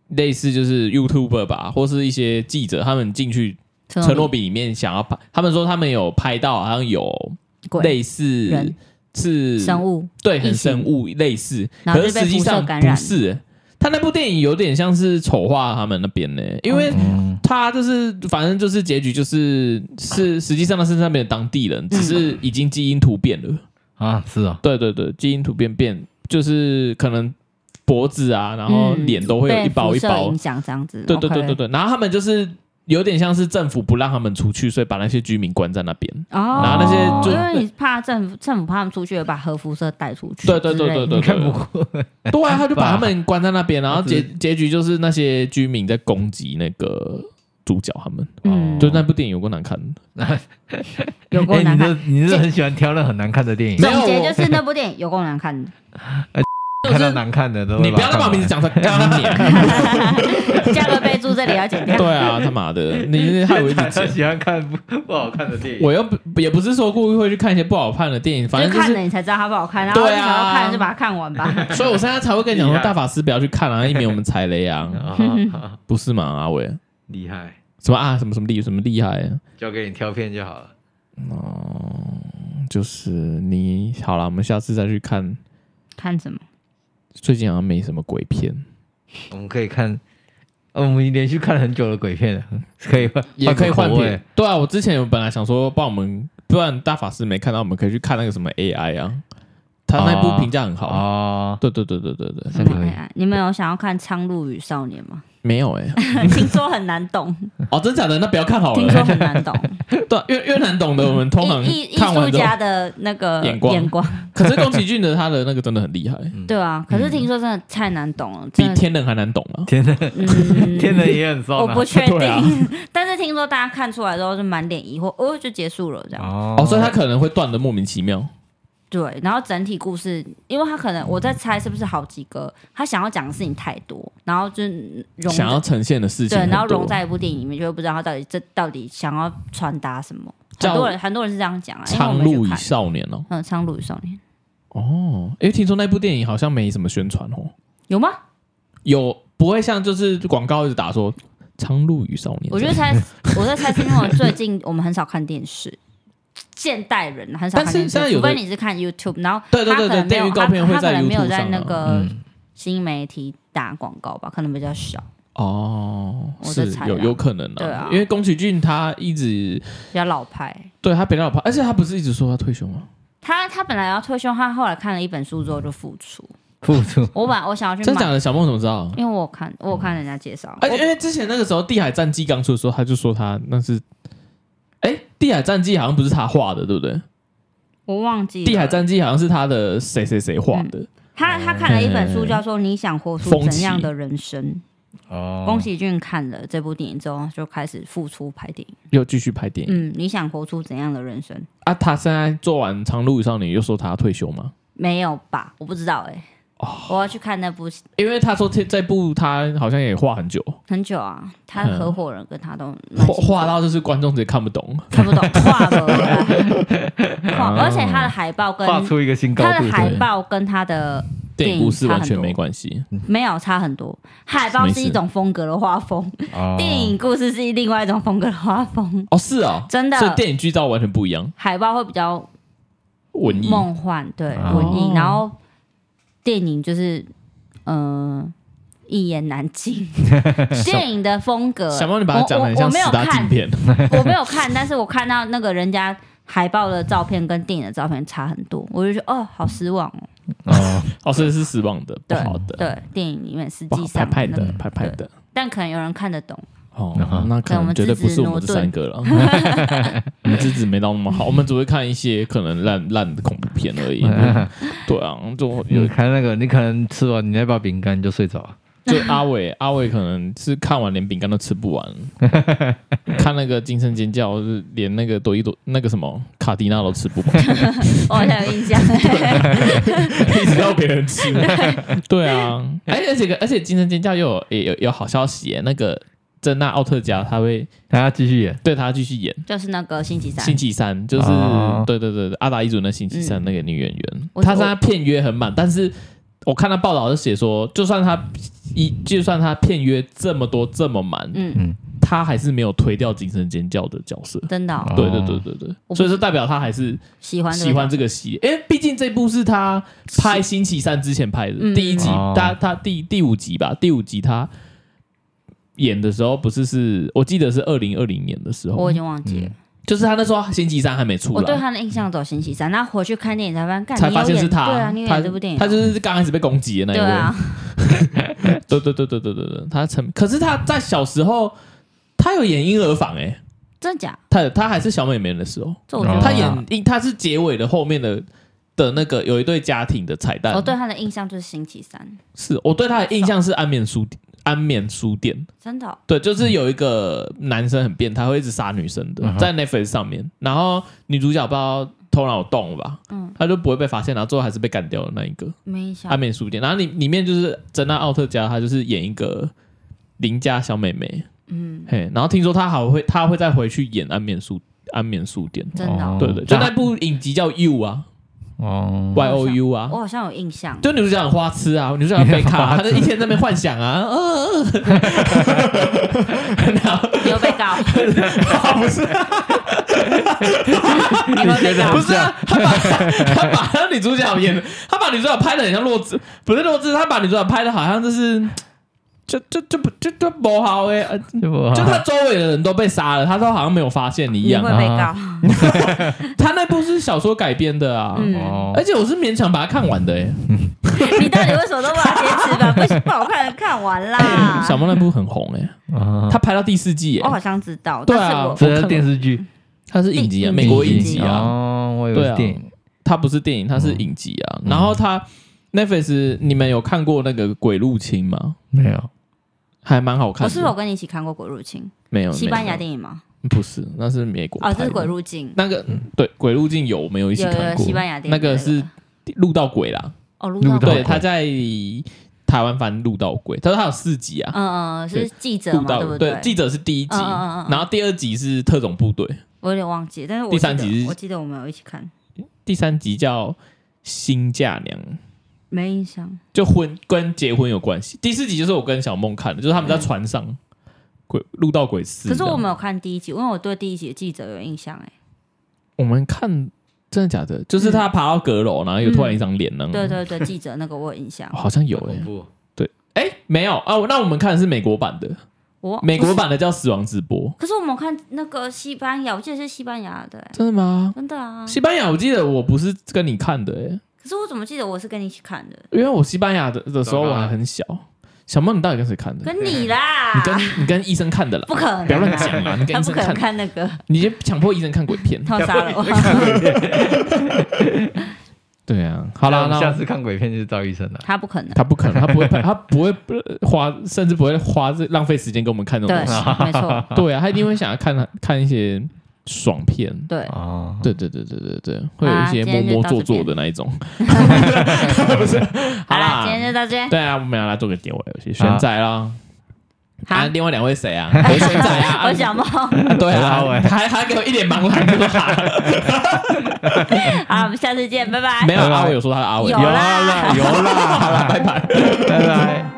S1: 类似就是 YouTuber 吧，或是一些记者，他们进去
S3: 车
S1: 车诺
S3: 诺
S1: 比里面想要拍，他们说他们有拍到好像有
S3: 比鬼
S1: 类似
S3: 人
S1: 是
S3: 生物，
S1: 对，
S3: 异
S1: 很
S3: 形
S1: 生物类似，
S3: 然后
S1: 可是
S3: 就被
S1: 实际
S3: 辐射
S1: 上
S3: 感
S1: 不
S3: 染
S1: 是。他那部电影有点像是丑化他们那边呢、因为
S3: 嗯
S1: 他就是反正就是结局就是是实际上他是那边的当地人，
S3: 嗯
S1: 只是已经基因突变了。
S4: 啊，是啊，
S1: 对对对，基因突变变就是可能脖子啊，然后
S3: 嗯
S1: 脸都会有
S3: 被
S1: 一包
S3: 辐
S1: 一
S3: 射
S1: 包
S3: 影。响这样子。
S1: 对对对
S3: OK
S1: 对对，然后他们就是有点像是政府不让他们出去，所以把那些居民关在那边。
S3: 哦，
S1: 然后那些就
S3: 因为你怕政府政府怕他们出去，把核辐射带出去之
S1: 对
S3: 类
S1: 对
S3: 的。
S1: 对对对
S4: 应该不
S1: 对，
S4: 会
S1: 对啊，他就把他们关在那边，然后结
S4: 是
S1: 结局就是那些居民在攻击那个主角他们，
S3: 嗯
S1: 哦就那部电影有够难看的。
S3: 有够
S4: 哎，
S3: 难
S4: 你
S3: 看
S4: 这。你是很喜欢挑那很难看的电影，
S1: 没有
S3: 总结
S1: 我
S3: 就是那部电影有够难 看的，
S4: 看到难看的都
S1: 你不要再把我名字讲出来，干你啊！
S3: 加个备注这里要剪 掉。
S1: 对啊，他妈的，你害我 一直
S4: 他
S1: 剪。
S4: 喜欢看不不好看的电影，
S1: 我又不也不是说故意会去看一些不好看的电影，反正
S3: 就
S1: 就
S3: 看了
S1: 是，
S3: 你才知道它不好看，然后
S1: 对啊
S3: 你想要看就把它看完吧。
S1: 所以我现在才会跟你讲
S4: 厉
S1: 说，
S4: 害
S1: 大法师不要去看啊，以免我们踩雷 啊，
S4: 啊
S1: 不是吗？阿伟，
S4: 厉害，
S1: 什么啊，什么什么厉，什么厉害、啊，
S4: 交给你挑片就好了。
S1: 就是你好了，我们下次再去看。
S3: 看什么？
S1: 最近好像没什么鬼片，
S4: 我们可以看，呃我们连续看了很久的鬼片了，可以换
S1: 也可以换
S4: 口味
S1: 片。对啊，我之前有本来想说，帮我们，不然大法师没看到，我们可以去看那个什么 AI 啊，他那部
S4: 哦
S1: 评价很好。啊
S4: 哦，
S1: 对对对对对对，
S4: 这可以
S3: 哎。呀你们有想要看《苍鹭与少年》 吗？
S1: 没有哎、
S3: 听说很难懂，
S1: 哦，真假的那不要看好
S3: 听说
S1: 了、
S3: 很难懂。
S1: 对啊，越越难懂的，我 们通常
S3: 艺艺艺
S1: 看
S3: 术
S1: 完之后，
S3: 家的那个
S1: 眼光嗯
S3: 眼光，
S1: 可是宫崎骏的他的那个真的很厉 害，
S3: 对啊。可是听说真的太难懂了，
S1: 嗯比
S3: 真的。
S1: 天人还难懂啊。
S4: 天哪，
S3: 嗯
S4: 天哪也很骚
S3: 我
S4: 呢
S3: 不确定
S1: 对啊，
S3: 但是听说大家看出来之后就满脸疑惑，哦，就结束了这样。
S1: 哦，
S4: 哦
S1: 所以他可能会断的莫名其妙。
S3: 对，然后整体故事，因为他可能我在猜是不是好几个，他想要讲的事情太多，然后就融
S1: 想要呈现的事情
S3: 对，
S1: 很多，
S3: 然后融在一部电影里面，就会不知道他到底这到底想要传达什么。很
S1: 叫
S3: 多人很多人是这样讲啊，
S1: 《
S3: 因为我
S1: 苍
S3: 没去
S1: 鹭与
S3: 看。
S1: 少年》哦。
S3: 嗯，《苍鹭与少年》
S1: 哦，因为听说那部电影好像没什么宣传哦，
S3: 有吗？
S1: 有不会像就是广告一直打说《苍鹭与少年》。
S3: 我就猜，我在猜，是因为我最近我们很少看电视，现代人很少
S1: 但
S3: 看
S1: 是
S3: 电视
S1: 现在，有
S3: 除
S1: 的
S3: 非你是看 YouTube，然后
S1: 对对
S3: 他
S1: 对
S3: 可
S1: 对，
S3: 能没
S1: 电
S3: 有
S1: 影告片会
S3: 他他可
S1: 在
S3: 能没有
S1: YouTube
S3: 在
S1: 上
S3: 那
S1: 啊
S3: 个
S4: 呃
S3: 新媒体打广告吧，可能比较少，
S1: 哦，
S3: 我在
S1: 是
S3: 猜
S1: 有
S3: 啦
S1: 有可能
S3: 对啊
S1: 因为宫崎骏他一直
S3: 比较老派。
S1: 对他北大老派，而且他不是一直说他退休吗？
S3: 他他本来要退休，他后来看了一本书之后就复出。
S4: 付出
S3: 我本来我想要去
S1: 真假
S3: 买，
S1: 的？哎小梦怎么知道？
S3: 因为我有看我有看人家介绍，
S1: 而且因为之前那个时候《地海战记》刚出的时候，他就说他那是，哎，《地海战记》好像不是他画的，对不对？《
S3: 我我忘记了
S1: 地海战记》好像是他的谁谁谁画
S3: 嗯
S1: 的。
S3: 他他看了一本书，叫做《你想活出
S1: 风
S3: 怎样
S1: 起
S3: 的人生》。
S4: 哦，
S3: 宫崎骏看了这部电影之后，就开始复出拍电影。
S1: 又继续拍电影、
S3: 嗯，你想活出怎样的人生？
S1: 啊！他现在做完《长路与少年》，又说他要退休吗？
S3: 没有吧？我不知道哎、
S1: 哦
S3: 我要去看那部
S1: 因为他说这这部他好像也画很久，
S3: 很久啊，他
S1: 嗯
S3: 合伙人跟他都蛮
S1: 画
S3: 辛苦
S1: 嗯画到就是观众直接看不懂。
S3: 看不懂画不来
S1: 哦
S3: 画而且他的海报跟
S4: 画出一个新高
S3: 他
S4: 度
S3: 的，海报跟他的
S1: 电影故事完全没
S3: 电影差
S1: 关系，
S3: 没有差很多，海报
S1: 没事
S3: 是一种风格的画风，
S4: 哦
S3: 电影故事是另外一种风格的画 风，
S1: 哦，是哦，
S3: 真的
S1: 所以电影剧照完全不一样，
S3: 海报会比较
S1: 文艺
S3: 梦幻，对，
S1: 嗯
S4: 哦
S3: 文艺，然后电影就是，嗯，一言难 尽。电影的风格，
S1: 小猫，你把它讲的很
S3: 我
S1: 像
S3: 我没有
S1: 十大禁
S3: 看，
S1: 片，
S3: 我没有看，但是我看到那个人家海报的照片跟电影的照片差很多，我就觉得哦，好失望哦。
S4: 哦，
S1: 哦，所以是失望的，不
S3: 对
S1: 好的，
S3: 对，电影里面实
S1: 不
S3: 际
S1: 好拍
S3: 上
S1: 拍
S3: 那
S1: 的
S3: 个，
S1: 拍拍的。
S3: 但可能有人看得懂。
S1: 哦
S4: 嗯，
S1: 那可
S3: 对我
S1: 能
S3: 们
S1: 绝对
S3: 自知
S1: 不是我们这
S3: 挪
S1: 三
S3: 顿
S1: 个了， 我们资质没到那么好，我们只会看一些可能烂烂的恐怖片而已。对啊，就有
S4: 你看那个，你可能吃完你那包饼干就睡着了，
S1: 就阿伟，阿伟可能是看完连饼干都吃不完，看那个惊声尖叫，是连那个朵一朵那个什么卡迪娜都吃不完，
S3: 哦我好像有印 象，
S1: 一直要别人吃。对啊，哎，而且个而且惊声尖叫又有也有有好消息耶，那个珍娜奥特加他会
S4: 还要继续演。
S1: 对他继续演
S3: 就是那个星期三，
S1: 星期三，就是、
S4: 哦
S1: 对对对对阿达一族那星期三那个女演员，
S3: 嗯我
S1: 她现在片约很满，但是我看她报道是写说，就算她一就算她片约这么多这么满，
S3: 嗯，
S1: 他还是没有推掉惊声尖叫的角色。
S3: 真的哦、
S4: 哦
S1: 对对对对对，
S3: 我不
S1: 所以这代表他还是
S3: 喜欢
S1: 嗯喜欢
S3: 这
S1: 这个系列，因为毕竟这部是他拍《星期三》之前拍的、
S3: 嗯
S1: 第一季，
S4: 哦
S1: 他他第第五集吧，第五集他演的时候不是是我记得是二零二零年的时
S3: 个我
S1: 候
S3: 已，经忘
S1: 嗯
S3: 记了。
S1: 就是他那时候《星期三》还没出
S3: 我对
S1: 来，
S3: 他的印象只有星期三，然后回去看电影才发现，干
S1: 嗯才
S3: 你
S1: 发
S3: 有
S1: 现
S3: 演
S1: 是他，
S3: 对啊，你有
S1: 他
S3: 演这部电影哦，
S1: 他就是刚开始被攻击的那一
S3: 对
S1: 位，
S3: 啊，
S1: 对对对对对对对，他成，可是他在小时候他有演婴儿房哎、欸
S3: 真假？
S1: 他他还是小妹妹的时候，
S3: 这我觉得
S4: 哦
S1: 他演婴他是结尾的后面的。的那个有一对家庭的彩蛋，
S3: 哦我对他的印象就是星期三，
S1: 是我对他的印象是安眠书店，安眠书店，
S3: 真的哦、
S1: 对，就是有一个男生很变态，会一直杀女生的
S4: 嗯，哼
S1: 在 Netflix 上面，然后女主角不知道头脑有洞吧，
S3: 嗯
S1: 她就不会被发现，然后最后还是被干掉的那一个
S3: 没印象
S1: 安。眠书店，然后里里面就是珍娜奥特加，她就是演一个邻家小妹妹，
S3: 嗯，
S1: 嘿，然后听说她还会她会再回去演安眠书安眠书店，
S3: 真的哦、
S4: 哦
S1: 对对，就那部影集叫 You 啊
S4: 哦，
S1: ，Y O U 啊
S3: 我，好像有印象。
S1: 就女主角很花痴啊，女主角被卡，她就一天在那边幻想啊，呃，呃然后
S3: 你又被告，
S1: 不是
S3: 你又被告
S1: 不，是啊，她把她把她女主角演，她把女主角拍的很像弱智，不是弱智，她把女主角拍的好像就是。就就就不就就不好哎、呃
S4: 就
S1: 就她周围的人都被杀了，她都好像没有发现你一
S3: 你
S1: 样
S3: 会
S1: 啊。
S3: 被告。
S1: 她那部是小说改编的啊，
S3: 嗯，
S4: 哦
S1: 而，且我是勉强把它看完的哎、
S3: 你到底为什么都把它坚持把不行不好看的看完啦？
S1: 小猫那部很红哎、
S2: 嗯
S4: 啊
S1: 她拍到第四季哎、
S3: 我好像知道，
S1: 对
S3: 但是
S1: 啊
S3: 我
S1: 我
S4: 这
S1: 看
S4: 是
S1: 过
S4: 电视剧，
S1: 它是影集啊，
S3: 影
S1: 美国
S3: 集
S1: 影集啊。
S4: 哦，我以为
S1: 对啊
S4: 是电影，
S1: 它不是电影，它是影集啊。然后它 Netflix，你们有看过那个《鬼入侵》吗？
S4: 没有，
S1: 还蛮好看的。
S3: 我哦是否跟你一起看过《鬼入侵
S1: 没有》？
S3: 西班牙
S1: 没
S3: 电影吗？
S1: 有不是，那是美国
S3: 哦，这
S1: 拍
S3: 是
S1: 的
S3: 《鬼入侵》，
S1: 那个对《鬼入境》有没有一起
S3: 有
S1: 看
S3: 有
S1: 过？
S3: 西班牙电影
S1: 那个是录到鬼啦，
S3: 哦，录
S4: 录到
S3: 到
S1: 对，
S4: 鬼
S3: 鬼
S1: 他在台湾翻录到鬼，他说他有四集啊。
S3: 嗯嗯，是记者
S1: 录
S3: 嘛，
S1: 到
S3: 不
S1: 对记者是第一集，
S3: 嗯嗯嗯嗯
S1: 然后第二集是特种部队，
S3: 我有点忘记，但是我
S1: 第三
S3: 记得
S1: 集是
S3: 我记得我们有一起看，
S1: 第三集叫新嫁娘。
S3: 没印象。
S1: 就婚跟结婚有关系。第四集就是我跟小梦看的，就是他们在船上鬼录到鬼死。
S3: 可是我没有看第一集，因为我对第一集的记者有印象。哎，
S1: 我们看真的假的？就是他爬到阁楼，然后又突然一张脸呢？
S3: 嗯对对对，记者那个我有印象欸
S1: 哦，。好像有哎、
S4: 恐怖，
S1: 哎、没有啊？那我们看的是美国版的，
S3: 我
S1: 美国，版的叫《死亡直播》，
S3: 可是我们有看那个西班牙，我记得是西班牙的，哎
S1: 真的吗？
S3: 真的啊。
S1: 嗯西班牙，我记得我不是跟你看的、欸，
S3: 可是我怎么记得我是跟你一起看的？
S1: 因为我西班牙的的时候
S4: 糟糕
S1: 我
S4: 了
S1: 还很小。小梦，你到底跟谁看的？
S3: 跟你啦，
S1: 嗯 你跟你跟医生看的啦
S3: 不，可
S1: 不要
S3: 能，
S1: 乱讲啦！你跟
S3: 他
S1: 医
S3: 不
S1: 生
S3: 可能
S1: 看，
S3: 看那个，
S1: 你就强迫医生看鬼片。
S3: 他杀了我。
S1: 对啊，好
S4: 我
S1: 啦，
S4: 们
S1: 那我
S4: 下次看鬼片就是赵医生了。
S3: 他 不可能，
S1: 他不可能，他不会拍，他不会呃花，甚至不会花这浪费时间给我们看这
S3: 对
S1: 种东西。，
S3: 没 错，
S1: 对啊，他一定会想要看看一些爽片。
S3: 对。
S4: 哦，
S1: 对对对对对对，会有一些
S3: 今天就
S1: 摸摸
S3: 到
S1: 做
S3: 这
S1: 做
S3: 边
S1: 的那一种。
S3: 好
S1: 好啦
S3: 啦，今天就到这边。
S1: 对啊，我们要来做个结尾游戏，选仔啦。
S3: 好
S1: 啊，另外两位谁 啊？我选仔啊。
S3: 我小梦，
S1: 啊对啊
S4: 好欸，
S1: 还还给我一脸茫然。
S3: 好，我们下次见，拜拜
S1: 没。有阿伟有说他是阿伟。
S3: 有啦
S4: 有啦，有啦，
S1: 好啦，拜拜。
S4: 拜拜。